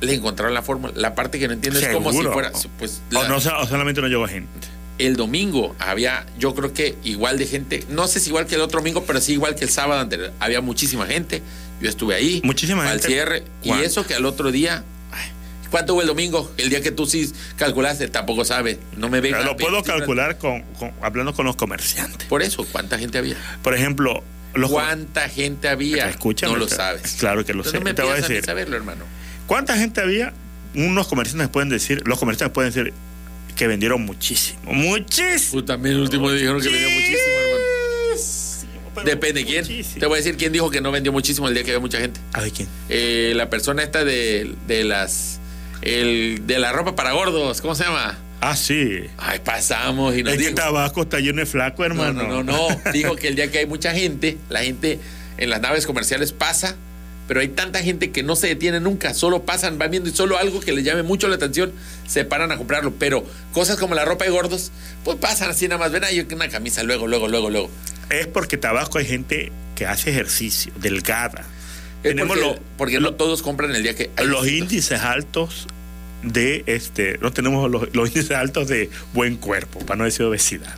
le encontraron la fórmula. La parte que no entiendo es como si
Seguro.
fuera, pues,
o,
la-
no, so- o solamente no llegó gente.
el domingo había, yo creo que igual de gente, no sé si igual que el otro domingo, pero sí igual que el sábado anterior. Había muchísima gente, yo estuve ahí.
Muchísima
al
gente.
cierre.
¿Cuánto?
Y eso que al otro día, ay, ¿cuánto hubo el domingo? El día que tú sí calculaste, tampoco sabes. No me vengas.
Lo puedo
25.
calcular con, con- hablando con los comerciantes.
Por eso, ¿cuánta gente había?
Por ejemplo, los
¿Cuánta gente había?
Escúchame,
no lo
te-
sabes.
claro que lo sé.
No me
Te voy a
pidas mí
decir.
saberlo, hermano.
¿Cuánta gente había? Unos comerciantes pueden decir, los comerciantes pueden decir que vendieron muchísimo. Muchísimo.
Pues también el último dijeron que vendió muchísimo, hermano.
Pero
Depende de quién.
muchísimo.
Te voy a decir quién dijo que no vendió muchísimo el día que había mucha gente.
A ver quién.
eh, la persona esta de, de las el, de la ropa para gordos, ¿cómo se llama?
Ah, sí.
Ay, pasamos y nos
Es que
dijo-
Tabasco está lleno de flaco,
no,
hermano.
no, no, no. Dijo que el día que hay mucha gente, la gente en las naves comerciales pasa, pero hay tanta gente que no se detiene nunca, solo pasan, van viendo y solo algo que les llame mucho la atención, se paran a comprarlo. Pero cosas como la ropa de gordos, pues pasan así nada más. Ven ahí una camisa, luego, luego, luego, luego.
Es porque Tabasco hay gente que hace ejercicio, delgada.
Es
Tenemos
porque,
lo-
porque no todos compran el día que hay
los
descuento.
índices altos de este, no tenemos los, los índices altos de buen cuerpo, para no decir obesidad.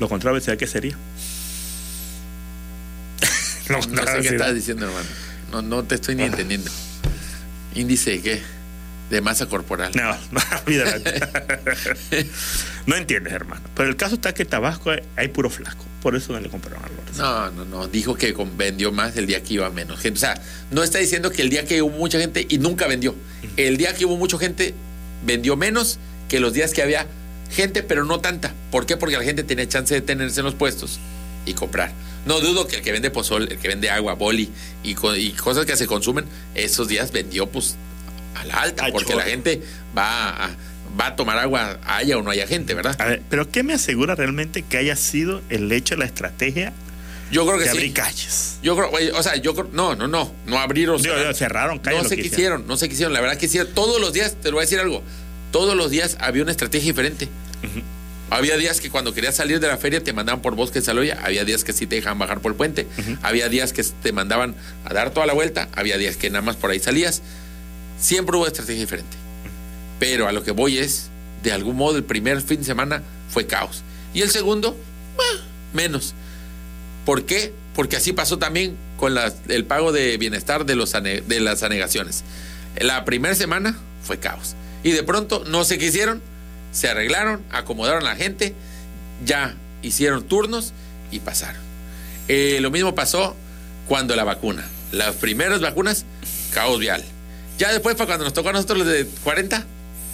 Lo contrario, obesidad, ¿qué sería? Lo
No
contrario,
sé qué
obesidad.
estás diciendo, hermano. No, no te
Ah.
estoy ni entendiendo. Índice de qué? De masa corporal.
No, no, olvídate. no entiendes, hermano. Pero el caso está que en Tabasco hay- hay puro flaco. Por eso no le compraron a Lorenzo.
No, no, no. Dijo que con- vendió más el día que iba menos gente. O sea, no está diciendo que el día que hubo mucha gente y nunca vendió. El día que hubo mucha gente vendió menos que los días que había gente, pero no tanta. ¿Por qué? Porque la gente tenía chance de tenerse en los puestos y comprar. No dudo que el que vende pozol, el que vende agua, boli y, co- y cosas que se consumen, esos días vendió pues a la alta,
Ay,
porque
chorro.
la gente va a, va a tomar agua, haya o no haya gente, ¿verdad?
A ver, pero ¿qué me asegura realmente que haya sido el hecho, la estrategia
Yo creo que Pues
de
sí.
abrir calles?
Yo creo, oye, o sea, yo creo, no, no, no, no abrir o
Digo,
cerrar.
digo, cerraron calles.
Pues No
lo
se
que hicieron.
quisieron, no se quisieron. La verdad que hicieron. Todos los días, te lo voy a decir algo. Todos los días había una estrategia diferente. Había días que cuando querías salir de la feria te mandaban por Bosque de Saloya. Había días que sí te dejaban bajar por el puente. Había días que te mandaban a dar toda la vuelta. Había días que nada más por ahí salías. Siempre hubo estrategia diferente. Pero a lo que voy es, de algún modo, el primer fin de semana fue caos. Y el segundo, bah, menos. ¿Por qué? Porque así pasó también con las- el pago de bienestar de, los ane- de las anegaciones. La primera semana fue caos. Y de pronto no se quisieron, se arreglaron, acomodaron a la gente, ya hicieron turnos y pasaron. Eh, lo mismo pasó cuando la vacuna. Las primeras vacunas, caos vial. Ya después, para cuando nos tocó a nosotros los de 40,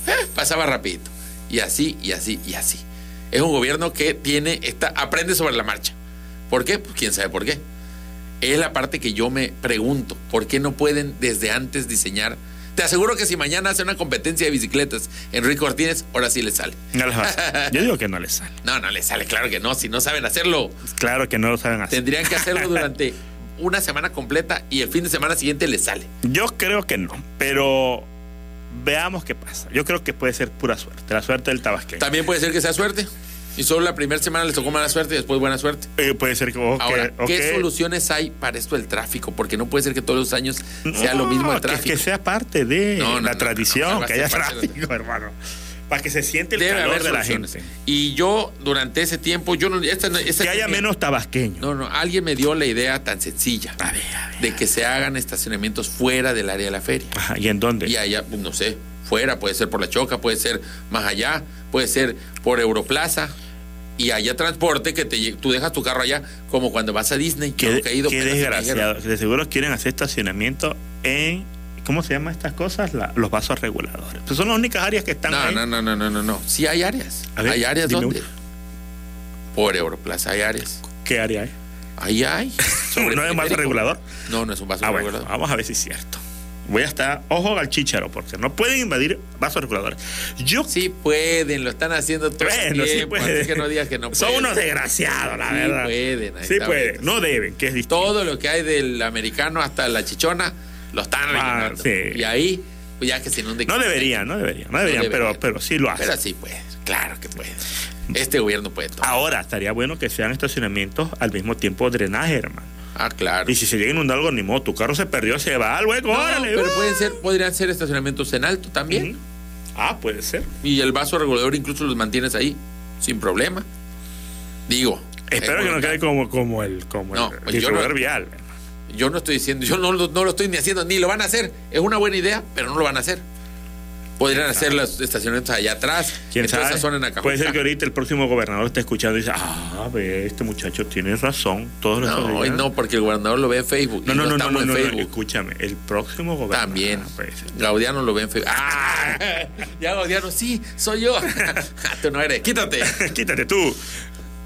eh, pasaba rapidito. Y así, y así, y así. Es un gobierno que tiene esta, aprende sobre la marcha. ¿Por qué? Pues quién sabe por qué. Es la parte que yo me pregunto. ¿Por qué no pueden desde antes diseñar? Te aseguro que si mañana hace una competencia de bicicletas Enrique Martínez, ahora sí le sale.
No les va a hacer. Yo digo que no les sale.
No, no le sale, claro que no. Si no saben hacerlo,
Claro que no lo saben hacer.
tendrían que hacerlo durante una semana completa y el fin de semana siguiente le sale.
Yo creo que no, pero veamos qué pasa. Yo creo que puede ser pura suerte, la suerte del tabasqueño.
También puede ser que sea suerte. Y solo la primera semana les tocó mala suerte y después buena suerte.
Eh, puede ser que. ok,
Ahora, ¿qué
ok.
soluciones hay para esto del tráfico? Porque no puede ser que todos los años sea lo
No,
mismo el
que-
tráfico.
Que, sea parte de
No, no,
la
no,
tradición,
no, no,
que
va a
haya
ser parte de la-
tráfico, hermano. Para que se siente el
Debe
calor
haber
de la
soluciones.
gente.
Y yo, durante ese tiempo, yo no. esta no- esta-
Que haya menos tabasqueños.
No, no, alguien me dio la idea tan sencilla
A ver, a ver.
de que se hagan estacionamientos fuera del área de la feria.
Ajá, ¿Y en dónde?
Y allá, pues, no sé, fuera, puede ser por la choca, puede ser más allá, puede ser por Europlaza. Y haya transporte que te, lle- tú dejas tu carro allá, como cuando vas a Disney.
Qué,
Yo nunca he ido,
qué
pero sí me dijeron.
desgraciado. De seguro quieren hacer estacionamiento en. ¿Cómo se llaman estas cosas? La- los vasos reguladores. Pues son las únicas áreas que están
No,
ahí.
no, no, no, no, no, no. Sí hay áreas.
A ver,
hay áreas
dime
donde.
una.
Por Europlaza hay áreas.
¿Qué área hay?
Ahí hay. Sobre
¿No es un vaso
periférico.
regulador?
No, no es un vaso
Ah, bueno,
regulador.
vamos a ver si es cierto. Voy a estar. Ojo al chícharo, porque no pueden invadir vasos reguladores. Yo.
Sí pueden, lo están haciendo todo el
bueno, sí
tiempo, así
pueden.
que no digas que no
Son
pueden.
unos desgraciados, la
Sí
verdad.
pueden, ahí
Sí
está,
pueden.
ahorita.
No deben, que es distinto.
Todo lo que hay del americano hasta la chichona lo están
Ah,
rellenando.
sí.
Y ahí, pues ya que se inunde.
No deberían, no deberían, no deberían,
deberían.
Pero, pero sí lo hacen.
Pero sí puede, claro que puede.
Mm.
Este gobierno puede todo.
Ahora, estaría bueno que sean estacionamientos al mismo tiempo drenaje, hermano.
Ah, claro.
Y si se llega a inundar algo, ni modo, tu carro se perdió, se va al hueco,
No,
órale.
pero
¡uh!
pueden ser, podrían ser estacionamientos en alto también.
Ujú. Ah, puede ser.
Y el vaso regulador incluso los mantienes ahí, sin problema. Digo. eh,
Espero
es
que no
voluntario.
quede como, como el, como
No,
el
pues yo
distribuidor
no-
vial.
Yo no estoy diciendo, yo no, lo- no lo estoy ni haciendo, ni lo van a hacer. Es una buena idea, pero no lo van a hacer. Podrían hacer las estacionamientos allá atrás,
¿Quién
en toda esa
sabe?
zona en Acapulco.
Puede ser que ahorita el próximo gobernador esté escuchando y dice, ah, ve, este muchacho tiene razón. Todos los
No, hoy no, porque el gobernador lo ve en Facebook.
No,
y
no, no, no,
estamos
no,
en
no,
Facebook.
escúchame, el próximo gobernador.
También.
pues,
Gaudiano lo ve en Facebook. ¡Ah! Ya Gaudiano, sí, soy yo. Ah, Tú no eres, quítate.
quítate tú.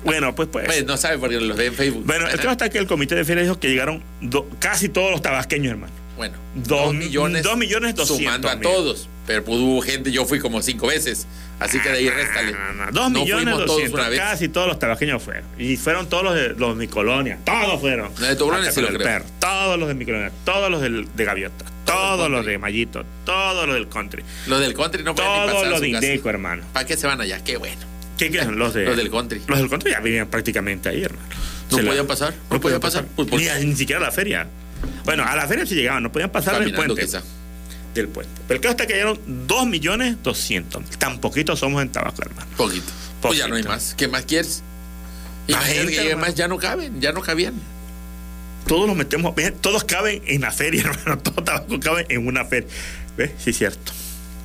Bueno, pues pues.
Pues no sabe porque lo ve en Facebook.
Bueno, el tema está que el comité de ferias dijo que llegaron do- casi todos los tabasqueños, hermano.
Bueno,
Dos mi- dos millones doscientos
sumando a
mil.
todos. Pero pues, hubo gente, yo fui como cinco veces. Así que de ahí réstale.
No, no, no, Dos
No
millones
fuimos todos una
doscientos,
vez.
casi todos los tabasqueños fueron. Y fueron todos los de, los de mi colonia, todos fueron.
Los de tu colonia
Hasta
sí
con
lo
el
creo.
perro, todos los de mi colonia, todos los del- de Gaviota, todos los
country.
de Mallito, todos los del country,
Los del country no pueden ni
todos
pasar a
los de
su casa.
Indeco, hermano.
¿Para qué se van allá? Qué bueno.
¿Qué quieren? Los, de,
Los del country.
Los del country ya vivían prácticamente ahí, hermano.
No
Se la-
podían pasar, no podían pasar. Pues, por-
Ni, a- ni siquiera a la feria. Bueno, a la feria sí llegaban, no podían pasar del
caminando
puente.
quizá.
Del puente. Pero el caso está que llegaron 2 millones 200 mil. Tan poquitos somos en Tabasco, hermano.
Poquito. Pues ya no hay
Poquito.
más. ¿Qué más quieres? Y
Más gente, hermano.
además ya no caben, ya no cabían.
Todos los metemos, ve, todos caben en la feria, hermano. Todo Tabasco cabe en una feria. ¿Ves? Sí, es cierto.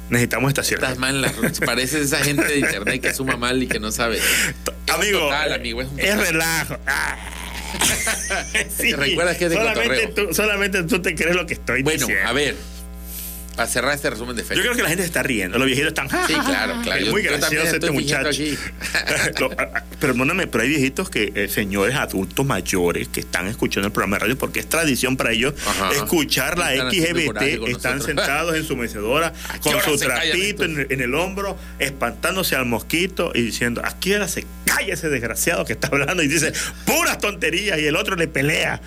Necesitamos estaciones.
Estás mal, en las- pareces esa gente de internet que suma mal y que no sabe. Es un
Amigo,
total, amigo, es un total.
relajo. Ah. Sí,
recuerdas que es de
solamente
cotorreo.
tú, solamente tú te crees lo que estoy
Bueno,
diciendo.
a ver. Para cerrar este resumen de
Yo
feria.
creo que la gente está riendo. Los viejitos están.
Sí, claro, claro.
Es
Yo-
muy
yo también
gracioso este
estoy fingiendo
muchacho. Lo- ah, ah, Perdóname, pero hay viejitos que, eh, señores adultos mayores, que están escuchando el programa de radio, porque es tradición para ellos
Ajá.
escuchar la
Están haciendo coraje
XGBT.
con
Están
nosotros.
sentados en su mecedora,
qué
con
hora
su
se callan
trapito en, en el hombro, espantándose al mosquito y diciendo: ¿A qué hora se calla ese desgraciado que está hablando? Y dice: puras tonterías, y el otro le pelea.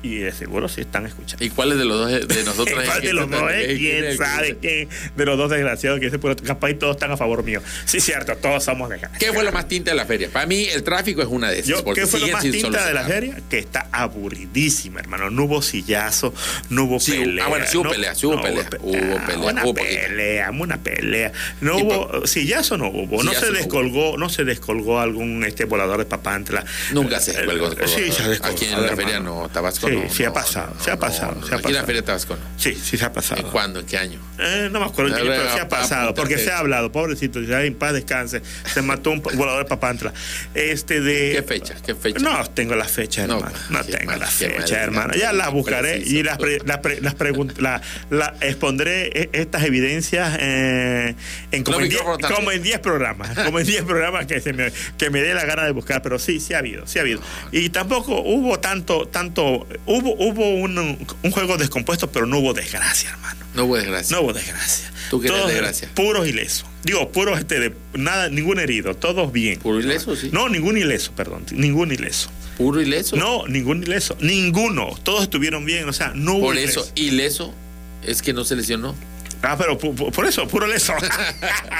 Y de seguro sí están escuchando.
¿Y cuál es de los dos de nosotros? es el
¿Cuál
que
de los
está-
dos es?
eh,
¿Quién
es el que
sabe
dice?
quién? De los dos desgraciados que dice puro capaz y todos están a favor mío. Sí, cierto, todos somos desgraciados.
¿Qué fue lo más tinta de la feria? Para mí, el tráfico es una de esas.
Yo,
porque
¿Qué fue lo
siguen
más
sin
tinta de la
solucionar.
feria? Que está aburridísima, hermano. No hubo sillazo, no hubo
Sí,
pelea.
ah, bueno, sí hubo
no-
pelea, sí hubo pelea, hubo
ah,
pelea,
Una
hubo poquito.
pelea, una pelea. No
Y
hubo sillazo, no hubo. No
Sillazo
se
no
descolgó, no se descolgó algún este volador de papantla.
Nunca se
Eh,
descolgó.
Sí, se ha descolgado,
Aquí en la
hermano.
feria no, Tabasco
Sí,
no.
sí ha
no,
pasado,
no,
se ha
no,
pasado,
no.
se ha
Aquí en la
pasado.
feria de Tabasco no.
Sí, sí se ha pasado.
¿En cuándo? ¿En qué año?
Eh, no me acuerdo en qué,
Dale,
pero sí
a-
ha pasado,
apúntate.
porque se ha hablado, pobrecito, ya en paz descanse, se mató un po- volador de papantra. Este de
¿Qué fecha? ¿Qué fecha?
No tengo la fecha,
No,
hermano. No
qué
tengo
mal,
la
qué
fecha,
mal,
hermano.
qué
Ya las
mal,
buscaré
preciso.
y las pre- las pre- las pregun- la- la- expondré eh, estas evidencias eh, en como
Los
en diez-
micrófonos también.
como en 10 programas, como en 10 programas que se me que me dé la gana de buscar, pero sí, sí ha habido, sí ha habido.
Ah.
Y tampoco hubo tanto tanto hubo hubo un, un juego descompuesto, pero no hubo desgracia, hermano.
No hubo desgracia.
No hubo desgracia.
¿Tú qué eres
Todos
desgracia?
Puros ilesos. Digo, puros este de nada, ningún herido, todos bien.
Puro ileso, sí.
No, ningún ileso, perdón, ningún ileso.
Puro ileso.
No, ningún ileso, ninguno. Todos estuvieron bien, o sea, no hubo
Por
ileso.
eso, ileso es que no se lesionó.
Ah, pero pu- pu- por eso, puro ileso.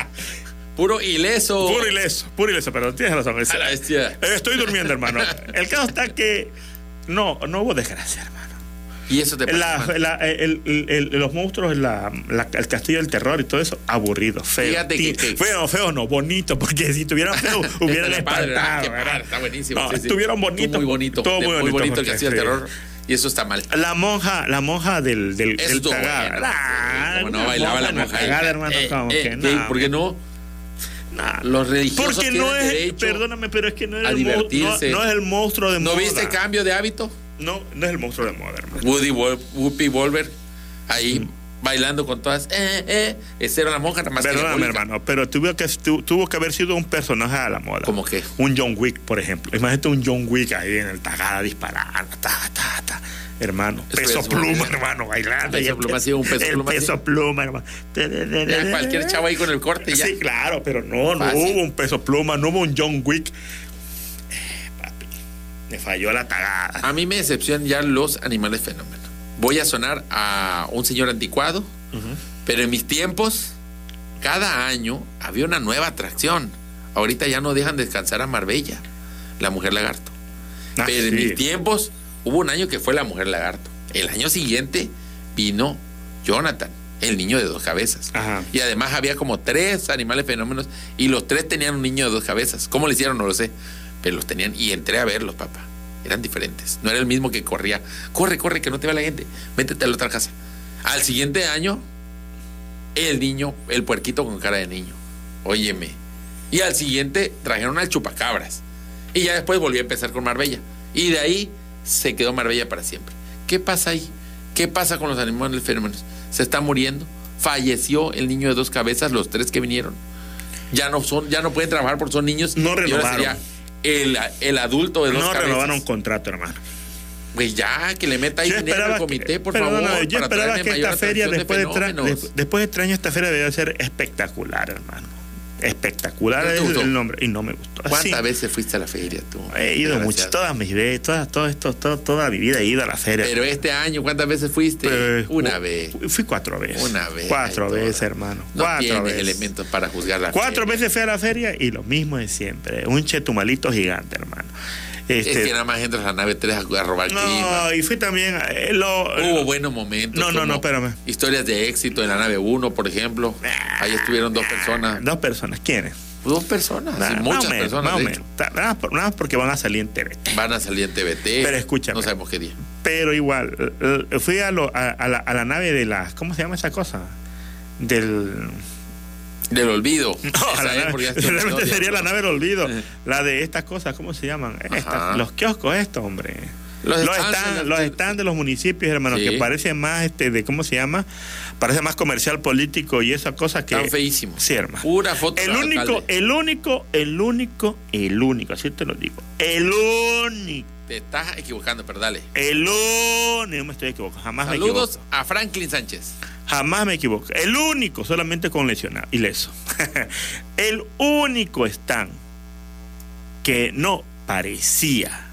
Puro ileso.
puro ileso, puro ileso, perdón, tienes razón. es-
A la bestia.
Eh, Estoy durmiendo, hermano. El caso está que no, no hubo desgracia, hermano.
Y eso te pasa.
La-
hermano.
la- el- el- el- los monstruos, la- la- el castillo del terror y todo eso, aburrido, feo.
Fíjate que-
Ti-
que-
feo, feo no, bonito, porque si tuvieran feo, hubieran
Está padre, ¿verdad?
espantado.
Qué padre,
¿verdad?
Está buenísimo.
No,
sí, sí.
Estuvieron
Estuvo
bonitos.
Muy bonito.
Todo muy bonito.
el
porque-
castillo del
sí.
terror. Y eso está mal.
La monja, la monja del, del,
Eso
del
estuvo
tagada.
bueno,
Ah,
sí, como no
una
bailaba la
en el
monja.
tagada, hermano,
Eh,
como
eh,
que
¿qué?
no,
¿Por qué no?
no.
Los religiosos
Porque
tienen
no es,
derecho
perdóname, pero es que no es,
a
el, mo-
divertirse.
no, no es el monstruo de
¿No
moda.
viste cambio de hábito?
No, no es el monstruo de moda, hermano.
Woody Wol- Whoopi Wolver ahí bailando con todas. Eh, eh. Esa era la monja, nada más que
Perdóname,
diabólica.
hermano, pero tuvo que, tu- tuvo que haber sido un personaje a la moda.
¿Cómo qué?
Un John Wick, por ejemplo. Imagínate un John Wick ahí en el tagada disparando, ta, ta, ta. Hermano,
Eso
peso
es,
pluma,
bueno.
hermano, bailando.
Peso
Y el
pluma, sí, un peso
el
pluma,
Peso
sí.
pluma, hermano.
Ya, cualquier chavo ahí con el corte ya.
Sí, claro, pero no, no
Fácil.
hubo un peso pluma, no hubo un John Wick. Eh, papi, me falló la tagada.
A mí me decepcionan ya los animales fenómeno. Voy a sonar a un señor anticuado, pero en mis tiempos, cada año había una nueva atracción. Ahorita ya no dejan descansar a Marbella, la mujer lagarto.
Ah,
pero en
sí.
mis tiempos, hubo un año que fue la mujer lagarto. El año siguiente vino Jonathan, el niño de dos cabezas.
Ajá.
Y además había como tres animales fenómenos y los tres tenían un niño de dos cabezas. ¿Cómo lo hicieron? No lo sé. Pero los tenían y entré a verlos, papá. Eran diferentes. No era el mismo que corría. Corre, corre, que no te vea la gente. Métete a la otra casa. Al siguiente año, el niño, el puerquito con cara de niño. Óyeme. Y al siguiente trajeron al chupacabras. Y ya después volvió a empezar con Marbella. Y de ahí se quedó Marbella para siempre. ¿Qué pasa ahí? ¿Qué pasa con los animales fenómenos? Se está muriendo. Falleció el niño de dos cabezas, los tres que vinieron. Ya no son, ya no pueden trabajar porque son niños.
No
Y ahora sería
renovaron.
el, el adulto de dos
Ah, No
cabezas.
renovaron contrato, hermano.
Pues ya, que le meta ahí
Yo
dinero al
esperaba
comité,
que,
por
perdóname,
favor.
yo
para
esperaba
traerle
que
mayor
esta feria,
atracción de
después de, tra-
fenómenos.
des- después de tres años, esta feria debió ser espectacular, hermano. Espectacular
¿No te
es
gustó?
el nombre. Y no me gustó.
¿Cuántas
Sí,
veces fuiste a la feria tú?
He ido mucho,
Desgraciado.
todas mis veces, todas, todo esto, todo- toda mi vida he ido a la feria.
Pero este año, ¿cuántas veces fuiste?
Eh,
Una
fu-
vez.
Fui cuatro veces.
Una vez.
Cuatro
Ay, todo.
veces, hermano.
No
cuatro
tienes
veces.
elementos para juzgar la
Cuatro
feria.
veces fui a la feria y lo mismo de siempre. Un chetumalito gigante, hermano. Este,
es que nada más entras a la nave 3 a, a robar clima.
no, y fui también. eh, lo-
Hubo buenos momentos.
No, no,
como
no, espérame. Ah,
Historias de éxito en la nave 1, por ejemplo. Ahí estuvieron dos personas.
Dos personas, ¿quiénes?
Dos personas,
Nah,
sí,
más
muchas
o menos,
personas.
más o
de hecho.
menos. Ta- Nada, por- nada porque van a salir en TV.
Van a salir en TVT.
Pero escúchame.
No sabemos qué día.
Pero igual, eh, eh, fui a, lo- a- a la, a la nave de la. ¿Cómo se llama esa cosa? Del.
Del olvido.
No,
Esa
la
es
nave-
porque ya está
realmente
olvidado.
sería la nave del olvido.
Ajá.
La de estas cosas, ¿cómo se llaman? Estas,
eh. Ajá.
los kioscos estos, hombre.
Los
Los,
stands,
stands,
los-
los stands de los municipios, hermanos,
Sí.
que parecen más, este, de ¿cómo se llama? Parece más comercial político y esa cosa que...
Tan feísimo.
Sí, hermano.
Pura foto.
El
del
único,
alcalde.
el único, el único, el único, así te lo digo. El único,
Te estás equivocando, pero dale.
el único, no me estoy equivocando, jamás Ah, me
Saludos
equivoco.
a Franklin Sánchez.
Jamás me equivoco. El único, solamente con lesionado, ileso. el único stand que no parecía,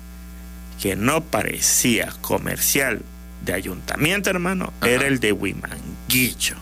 que no parecía comercial de ayuntamiento, hermano,
Ajá.
era el de Huimanguillo.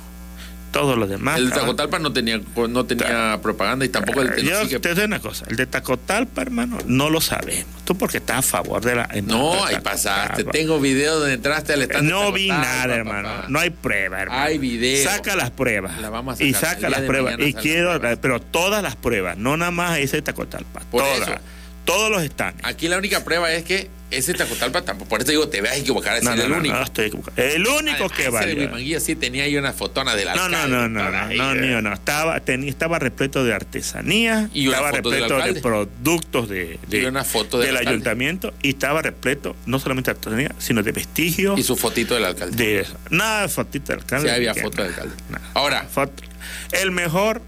Todos los demás.
el de
estaban-
Tacotalpa no tenía, no tenía propaganda y tampoco el de
Yo
Tenosique.
te digo una cosa, el de Tacotalpa, hermano, no lo sabemos. Tú porque estás a favor de la...
No,
de
ahí
Tacotalpa.
pasaste. Tengo video donde entraste al stand. de
No vi
Tacotalpa,
nada,
papá.
hermano. No hay prueba, hermano.
Hay video.
Saca las pruebas.
La vamos a
Y
sacar.
saca
El día
las
de
pruebas.
mañana
Y
salen
quiero,
las pruebas.
pero todas las pruebas, no nada más ese de Tacotalpa.
Por
todas.
eso. Ah,
Todos los están.
Aquí la única prueba es que ese Tacotalpa tampoco. Por eso digo, te vas a equivocar. Ese
No,
era
no,
el
no,
único.
no, estoy equivocado. El único
Además,
que
ese de
vale.
Buimanguilla sí tenía ahí una fotona de la
No, no, no, no, no, no, ni uno. Estaba, tenía, estaba repleto de artesanía,
eh. Y una
estaba
foto del
repleto de
alcalde.
productos de, de-
Y una foto del
del
alcalde.
ayuntamiento y estaba repleto no solamente de artesanía, sino de vestigios.
Y su fotito del alcalde.
de, nada de fotito del alcalde.
Sí, había
que
foto del alcalde.
nada.
Ahora,
Foto. El mejor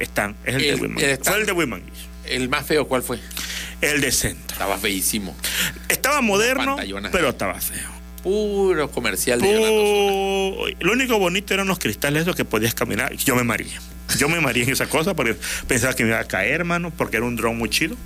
stand es el,
El-
de
el
Wiman.
stand.
Fue el de Wiman.
el más feo, ¿cuál fue?
El de centro.
Estaba feísimo.
Estaba moderno,
pantallona.
pero estaba feo.
Puro comercial de Yolanda Osorno.
Uy, lo único bonito eran los cristales esos que podías caminar. Yo me mareé. Yo me mareé en esa cosa porque pensaba que me iba a caer, hermano, porque era un dron muy chido.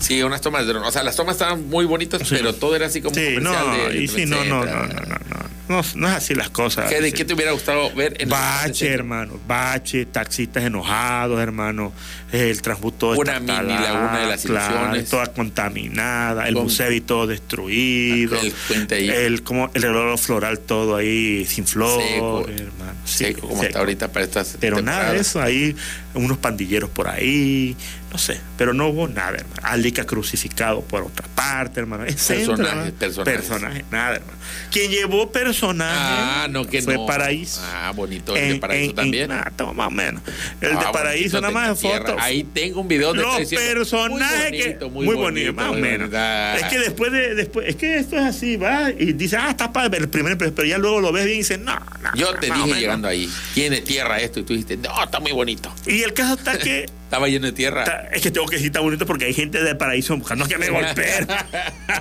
Sí, unas tomas de dron. O sea, las tomas estaban muy bonitas, pero todo era así como
Sí,
comercial
no,
de-
y sí, no, no, no, no, no, no, no, no es así las cosas.
¿Qué, ¿De
Sí.
qué te hubiera gustado ver en
Bache, hermano, bache, taxistas enojados, hermano, el transbusto
Una
estatalado,
mini laguna de las
claro,
ilusiones.
toda contaminada, el
Con- Ah,
museo y todo destruido,
El puente ahí.
el, como, el reloj floral todo ahí sin flores,
Seco.
hermano. sí,
Seco, como
seco.
está ahorita para estas
Pero nada de
temporadas.
eso, ahí unos pandilleros por ahí, no sé, pero no hubo nada, hermano. Alica crucificado por otra parte, hermano. Es centro,
Personajes,
hermano.
personajes.
Personajes, nada, hermano. Quien llevó personajes
Ah, no, que
fue
no.
Paraíso.
Ah, bonito, el de Paraíso también.
Ah, toma, más o menos. El
Ah,
de
bonito,
Paraíso, nada más de
tenía tierra.
fotos.
Ahí tengo un video donde
Los
está diciendo,
personajes
muy
que.
bonito,
Muy, bonito, más o
muy
menos.
bonito.
Es que después de. Después, es que esto es así, va. Y dice, ah, está para el primer, pero pero ya luego lo ves bien y dices, no, no.
Yo
no,
te
más o
dije
menos.
llegando ahí, tiene tierra esto, y tú dijiste, no, está muy bonito.
Y el caso está que.
Estaba lleno de tierra.
está- es que tengo que decir, está bonito porque hay gente de Paraíso buscando que me golpeen.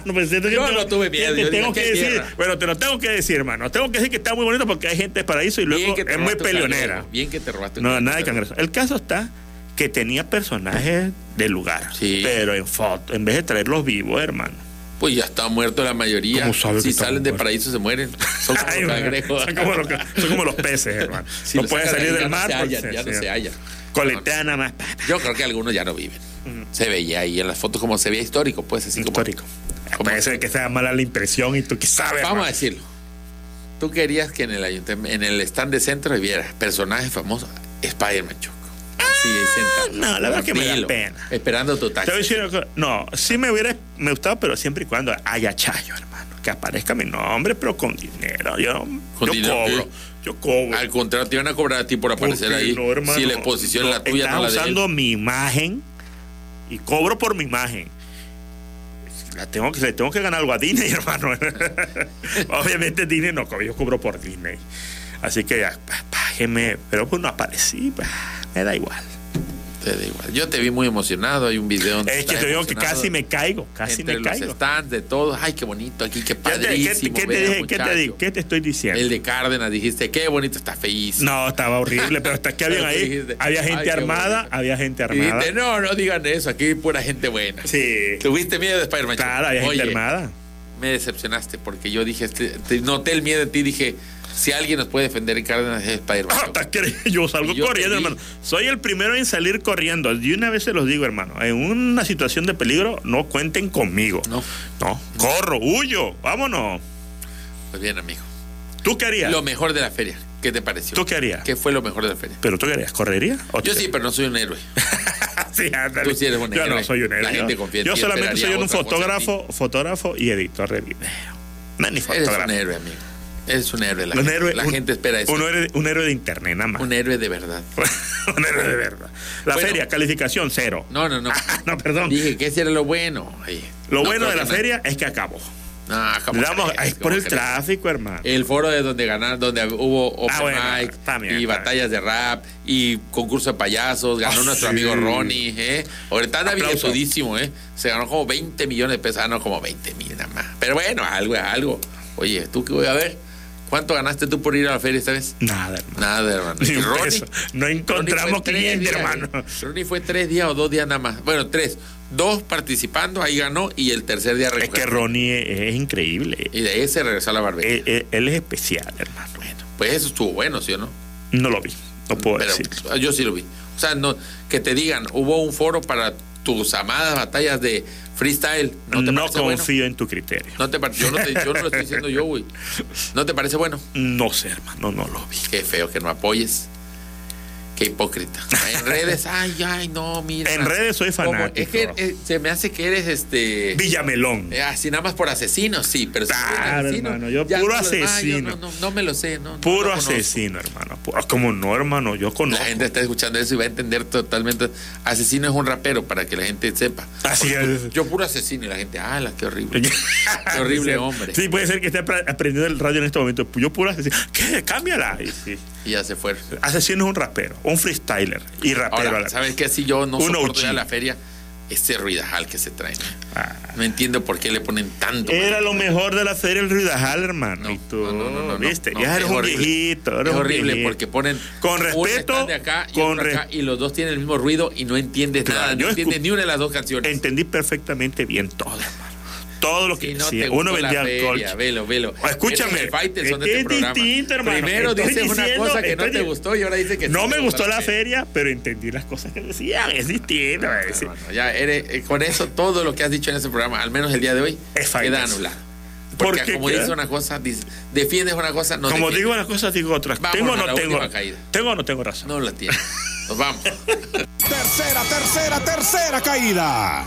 no, pues, entonces
Yo
tengo-
no tuve miedo,
Te
yo dije,
tengo que
¿qué
decir,
tierra?
bueno, te lo tengo que decir, hermano. Tengo que decir que está muy bonito porque hay gente de Paraíso y luego es muy
robaste un
peleonera.
cangrejo, Bien que te robaste un
No, nada de
cangrejo.
cangrejo. El caso está que tenía personajes de lugar,
Sí.
pero en foto, en vez de traerlos vivos, hermano.
Pues ya está muerto la mayoría.
¿Cómo sabes
si
que está
salen de
muerto?
paraíso se mueren. Son como
Ay,
los
hermano,
cangrejos.
son, como los, son como los peces, hermano.
Si
no
los
pueden
sacan de
salir
ahí,
del mar.
Ya no se
porque
hallan, ya no
sí.
se hallan.
Coletea nada más. pa, pa,
Yo creo que algunos ya no viven. Se veía ahí en las fotos como se veía histórico, pues así como.
Histórico.
¿Cómo?
Puede ser que sea mala la impresión y tú que sabes.
Vamos a
hermano.
decirlo. Tú querías que en el ayuntem- en el stand de centro hubiera personajes famosos, Spider-Man Choco. Así ahí sentado.
Ah, no, la verdad que me da
Tranquilo,
pena.
Esperando tu
Te
taxi.
voy a decir una cosa. No, sí me hubiera me gustado, pero siempre y cuando haya chayo, hermano. Que aparezca mi nombre, pero con dinero. Yo,
Con
yo
dinero,
cobro.
¿qué?
Yo cobro.
Al contrario, te van a cobrar a ti por aparecer
Porque
ahí.
no, hermano,
si la exposición es
no,
la tuya,
estás
no la de él.
usando mi imagen y cobro por mi imagen. La tengo que, le tengo que ganar algo a Disney, hermano. Obviamente Disney no cobro, yo cobro por Disney. Así que ya, pa- págeme. Pero pues no aparecí, pa, me da igual.
Te da igual. Yo te vi muy emocionado, hay un video donde
Es que
estás
te digo que
emocionado.
casi me caigo, casi
entre
me
los
caigo.
stands de todos. Ay, qué bonito aquí, qué
¿Qué te, qué,
padrísimo.
te-
vean,
qué te dije? ¿Qué te, di-
muchacho.
qué te estoy diciendo?
El de Cárdenas, dijiste, qué bonito, está feísimo.
No, estaba horrible, pero hasta que habían ahí.
Dijiste,
Había
ay,
gente
qué
armada,
bonito.
había gente
Y
armada.
dijiste, no, no digan eso, aquí hay pura gente buena.
Sí,
Tuviste miedo de Spider-Man.
claro, había gente
Oye,
armada.
Me decepcionaste porque yo dije, este- te- noté el miedo de ti, dije, Si alguien nos puede defender en Cárdenas es Spider-Man.
Hasta que yo salgo
Y yo te
corriendo,
vi.
hermano. Soy el primero en salir corriendo. De una vez se los digo, hermano. En una situación de peligro, no cuenten conmigo.
No.
No. Corro, huyo. Vámonos.
Pues bien, amigo.
¿Tú qué harías?
Lo mejor de la feria. ¿Qué te pareció?
¿Tú qué harías?
¿Qué fue lo mejor de la feria?
¿Pero tú qué harías? ¿Correría? ¿O
Yo
te-
sí, pero no soy un héroe.
Sí, ándale.
Tú sí eres un
Yo
héroe.
no soy un
La
héroe.
gente
Yo-
confía en
Yo
ti,
solamente
esperaría
soy un
otra cosa
fotógrafo, fotógrafo y editor de video. No, ni
Eres
fotógrafo.
un héroe, amigo. Eres un héroe. La,
Un
gente,
héroe-
la
un-
gente espera eso.
Un héroe, un héroe de internet, nada más.
Un héroe de verdad.
un héroe de verdad. La
Bueno.
feria, calificación cero.
No, no, no.
Ah, no, perdón.
Dije que ese era lo bueno. Ay,
Lo
no
bueno
creo
de la
que no.
feria es que acabó.
No,
Le
jamás
damos,
crees,
es por
¿cómo
el
crees?
tráfico, hermano.
El foro de donde ganar, donde hubo open
Ah, bueno,
mic
también,
y
también.
batallas de rap y concurso de payasos, ganó
Ah,
nuestro
sí.
amigo Ronnie, ¿eh? Ahorita anda
Aplauso.
billetudísimo, ¿eh? Se ganó como 20 millones de pesos, ah, no como 20 mil nada más. Pero bueno, algo es algo. Oye, tú que voy a ver, ¿cuánto ganaste tú por ir a la feria esta vez?
Nada, hermano.
Nada, hermano.
Ni
Y
un
Ronnie-
peso. No encontramos
Ronnie fue tres
500,
días,
hermano.
¿eh? Ronnie fue tres días o dos días nada más. Bueno, tres. Dos participando, ahí ganó y el tercer día
Es que
recogió.
Ronnie es, es increíble.
Y de ahí se regresó a la barbería.
Él, él- él es especial, hermano.
eh, Bueno, pues eso estuvo bueno, ¿sí o no?
No lo vi. No puedo
Pero
decirlo.
yo sí lo vi. O sea, no, que te digan, hubo un foro para tus amadas batallas de freestyle. No,
No,
te parece bueno?
confío en tu criterio.
No te par- yo, no te- yo no lo estoy diciendo yo, güey. ¿No te parece bueno?
No sé, hermano, no lo vi.
Qué feo que no apoyes. Qué hipócrita. En redes, ay, ay, no, mira.
En redes soy
¿Cómo?
fanático.
Es que eh, se me hace que eres este.
Villamelón.
eh, así nada más por asesino, sí, pero si
Claro,
fuera asesino,
hermano, yo
ya
puro
no lo- ay, yo
asesino.
no, no, no me lo sé, no. no
Puro
lo conozco.
asesino, hermano. Puro- como no, hermano, yo
La
conozco.
gente está escuchando eso y va a entender totalmente. Asesino es un rapero, para que la gente sepa.
Así es.
Yo puro asesino y la gente, ala, qué horrible. qué horrible
Sí,
hombre.
Sí, puede ser que esté apre- aprendiendo el radio en este momento. Yo puro asesino. ¿Qué? Cámbiala. Y sí.
Y ya se fueron.
Asesino es un rapero, un freestyler y rapero. a
Ahora,
la-
¿sabes qué? Si yo no
Un
soporto
OG.
ya la feria, este ruidajal que se traen.
Ah.
No entiendo por qué le ponen tanto.
Era lo mejor de la feria el Ruidajal, hermano.
No,
y tú,
no, no, no, no, no,
¿viste?
no,
ya
es
eres un
horrible.
viejito.
Es
eres un
horrible
viejito.
porque ponen un
Con respeto,
stand de acá y
con
otro acá,
res-
y los dos tienen el mismo ruido y no entiendes
Claro,
nada,
yo
no entiendes
escu-
ni una de las dos canciones.
Entendí perfectamente bien todo, hermano. Todo lo que
Si no
decía.
te
Uno
gustó la
vendía alcohol.
feria, Velo, velo.
Ah, escúchame,
Eres el Faitelson de
es
este
que es
programa.
distinto, hermano.
Primero
Estoy
dices una
diciendo-
cosa que no
estoy
te
di-
gustó y ahora dices que sí
no
te
me gustó la
feria.
feria, pero entendí las cosas que decían. Es distinto. es-
Hermano, ya eres, eh, con eso todo lo que has dicho en ese programa, al menos el día de hoy,
Es
queda
Faitelson.
anulado.
¿Por
Porque
qué
como
queda?
dices una cosa, dices- defiendes una cosa, no
Como
defiendes.
digo unas cosas, digo otras.
Vámonos
tengo o
a
no
la
tengo.
última caída.
Tengo o no tengo razón.
No la tienes. Nos vamos.
Tercera, tercera, tercera caída.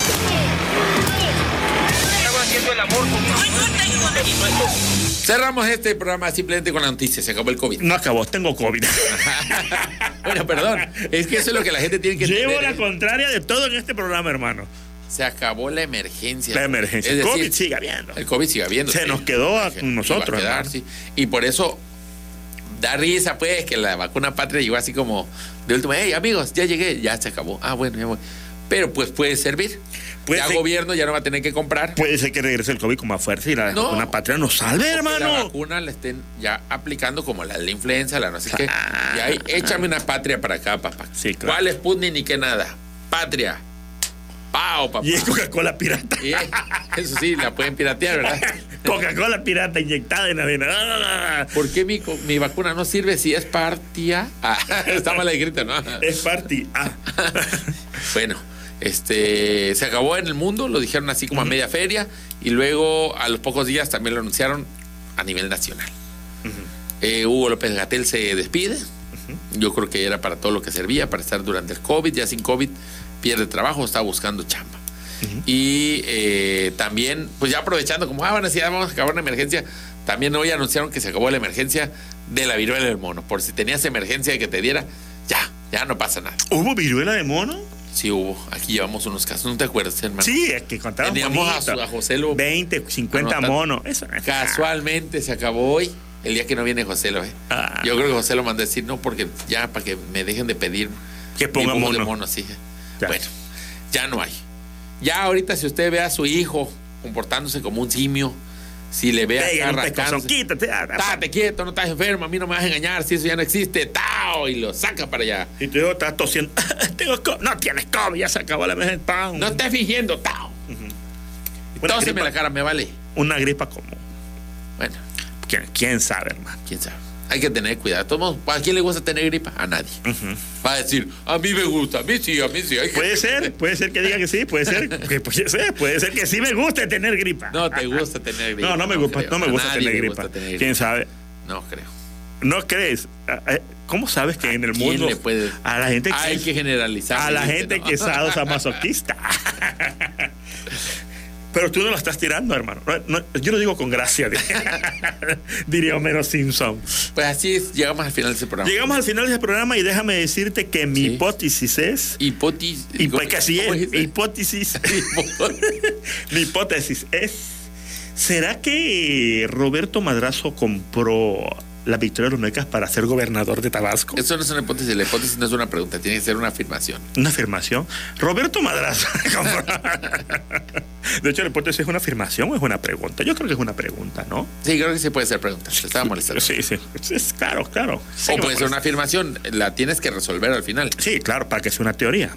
Cerramos este programa simplemente con la noticia, se acabó el COVID.
No acabó, tengo COVID.
bueno, perdón. Es que eso es lo que la gente tiene que
Llevo la
entender. ¿eh?
contraria de todo en este programa, hermano.
Se acabó la emergencia.
La emergencia.
Es decir,
COVID sigue habiendo.
El COVID sigue habiendo.
Se
sí.
nos quedó a
Se
nosotros,
iba a quedar,
hermano.
sí. Y por eso da risa, pues, que la vacuna patria llegó así como de último. Hey, amigos, ya llegué, ya se acabó. Ah, bueno, ya voy. Pero pues puede servir.
Puede
ya
ser-
gobierno ya no va a tener que comprar.
Puede ser que regrese el COVID con más fuerza y la
No.
vacuna patria nos salve,
La
hermano.
vacuna la estén ya aplicando como la de la influenza, la no sé qué.
Ah.
Y ahí, échame una patria para acá, papá.
Sí, claro.
¿Cuál es Sputnik ni qué nada? Patria. Pao, papá.
Y es Coca-Cola pirata.
Y, eh, eso sí, la pueden piratear, ¿verdad?
Coca-Cola pirata inyectada en la Ah, vena.
¿Por qué mi, co- mi vacuna no sirve si es partia? Ah, está mal escrito, ¿no?
Es party. Ah.
Bueno, este se acabó en el mundo, lo dijeron así como a media feria, y luego a los pocos días también lo anunciaron a nivel nacional. Eh, Hugo López Gatel se despide. Yo creo que era para todo lo que servía, para estar durante el COVID, ya sin COVID, pierde trabajo, está buscando chamba. Y eh, también, pues ya aprovechando, como, ah, bueno, sí, ya vamos a acabar una emergencia, también hoy anunciaron que se acabó la emergencia de la viruela del mono. Por si tenías emergencia de que te diera, ya, ya no pasa nada.
¿Hubo viruela de mono?
Sí hubo. Aquí llevamos unos casos. ¿No te acuerdas, hermano?
Sí, es que contábamos
Teníamos a, su- a José Ah, Lo.
20, 50
Anotando.
monos. Eso no es
Casualmente se acabó hoy. El día que no viene José Lo, ¿eh?
Ah.
Yo creo que José Lo mandó a decir no porque ya para que me dejen de pedir.
Que ponga
dibujos de
mono.
mono, sí.
Ya.
Bueno, ya no hay. Ya ahorita si usted ve a su hijo comportándose como un simio, si le ve
Pégale
a
un pescozón, quítate. ah, ah,
Estate quieto, no estás enfermo, a mí no me vas a engañar, si eso ya no existe, ¡tao! Y lo saca para allá.
Y tú estás tosiendo. Tengo co- No tienes COVID, ya se acabó la mesa. Pan.
No estés fingiendo, ¡tao!
Una
Tóseme
gripa.
la cara, me vale.
Una gripa común.
Bueno,
¿Quién, quién sabe, hermano?
quién sabe. hay que tener cuidado. Todos modos, ¿A quién le gusta tener gripa? A nadie. Va a decir, a mí me gusta, a mí sí, a mí sí. hay gente
Puede
que-
ser, puede ser que diga que sí, puede ser, que puede ser, puede ser que sí me guste tener gripa.
No, te gusta tener gripa.
No, no me gusta,
creo.
no me
A
gusta
nadie
tener
le
gripa.
gusta tener
¿Quién
gripa.
sabe?
No creo.
¿No crees? Ah, eh, ¿Cómo sabes que en el
¿Quién
mundo
le puede-
a la gente
Hay que
que
generalizar.
a la
dice,
gente
¿no?
que es sadosa masoquista? Pero tú no la estás tirando, hermano. No, no, yo lo digo con gracia, dir- diría Homero Simpson.
Pues así es, llegamos al final de ese programa.
Llegamos al final de este programa y déjame decirte que mi
Sí.
hipótesis es...
Hipótesis.
Y pues que así
¿cómo
es,
dijiste?
hipótesis. Mi hipótesis es, ¿será que Roberto Madrazo compró la victoria de los Mecas para ser gobernador de Tabasco?
Eso no es una hipótesis, la hipótesis no es una pregunta, tiene que ser una afirmación.
Una afirmación. Roberto Madrazo. compró- de hecho, la hipótesis es una afirmación o es una pregunta. Yo creo que es una pregunta, ¿no?
Sí, creo que sí puede ser pregunta. Te estaba molestando.
Sí, sí. Es- claro, claro. Sí,
o puede
me parece.
ser una afirmación, la tienes que resolver al final.
Sí, claro, para que sea una teoría.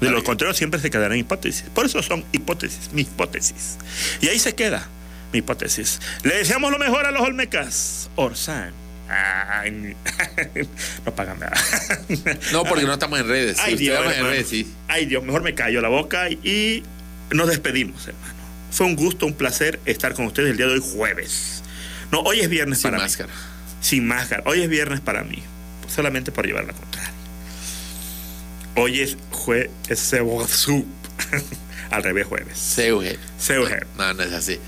De lo contrario, siempre se quedarán hipótesis. Por eso son hipótesis, mi hipótesis. Y ahí se queda mi hipótesis. Le deseamos lo mejor a los Olmecas. Orsan. Ay, ni- no pagan nada.
No, porque no estamos en redes. Si
Ay, Dios,
estuviéramos en
hermano.
redes, sí.
Ay, Dios, mejor me callo la boca y nos despedimos, hermano. Fue un gusto, un placer estar con ustedes el día de hoy, jueves. No, hoy es viernes
Sin
para mí.
máscara.
Sin máscara. Hoy es viernes para mí. Solamente por llevar la contraria. Hoy es jueves. Al revés, jueves.
CUG.
CUG.
No, no es así.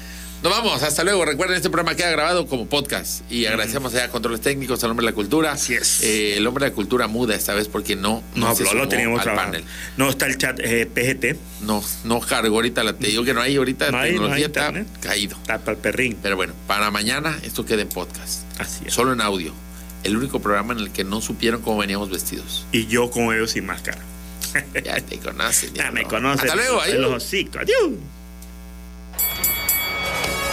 Nos vamos, hasta luego. Recuerden, este programa queda grabado como podcast. Y agradecemos a Controles Técnicos, al Hombre de la Cultura.
Así es.
Eh, el Hombre de la Cultura muda esta vez porque no,
No,
se
habló, lo
sumó
teníamos
al
trabajando.
panel.
No está el chat eh, PGT.
No, no cargo ahorita. La, te digo que no hay ahorita.
No
la
hay- no hay
tecnología está
internet.
caído.
Está para el perrín.
Pero bueno, para mañana esto queda en podcast.
Así es.
Solo en audio. El único programa en el que no supieron cómo veníamos vestidos.
Y yo con ellos sin máscara.
Ya te conocen.
Ya me
no.
conocen.
Hasta luego.
en
adiós.
Los hocicos. Adiós.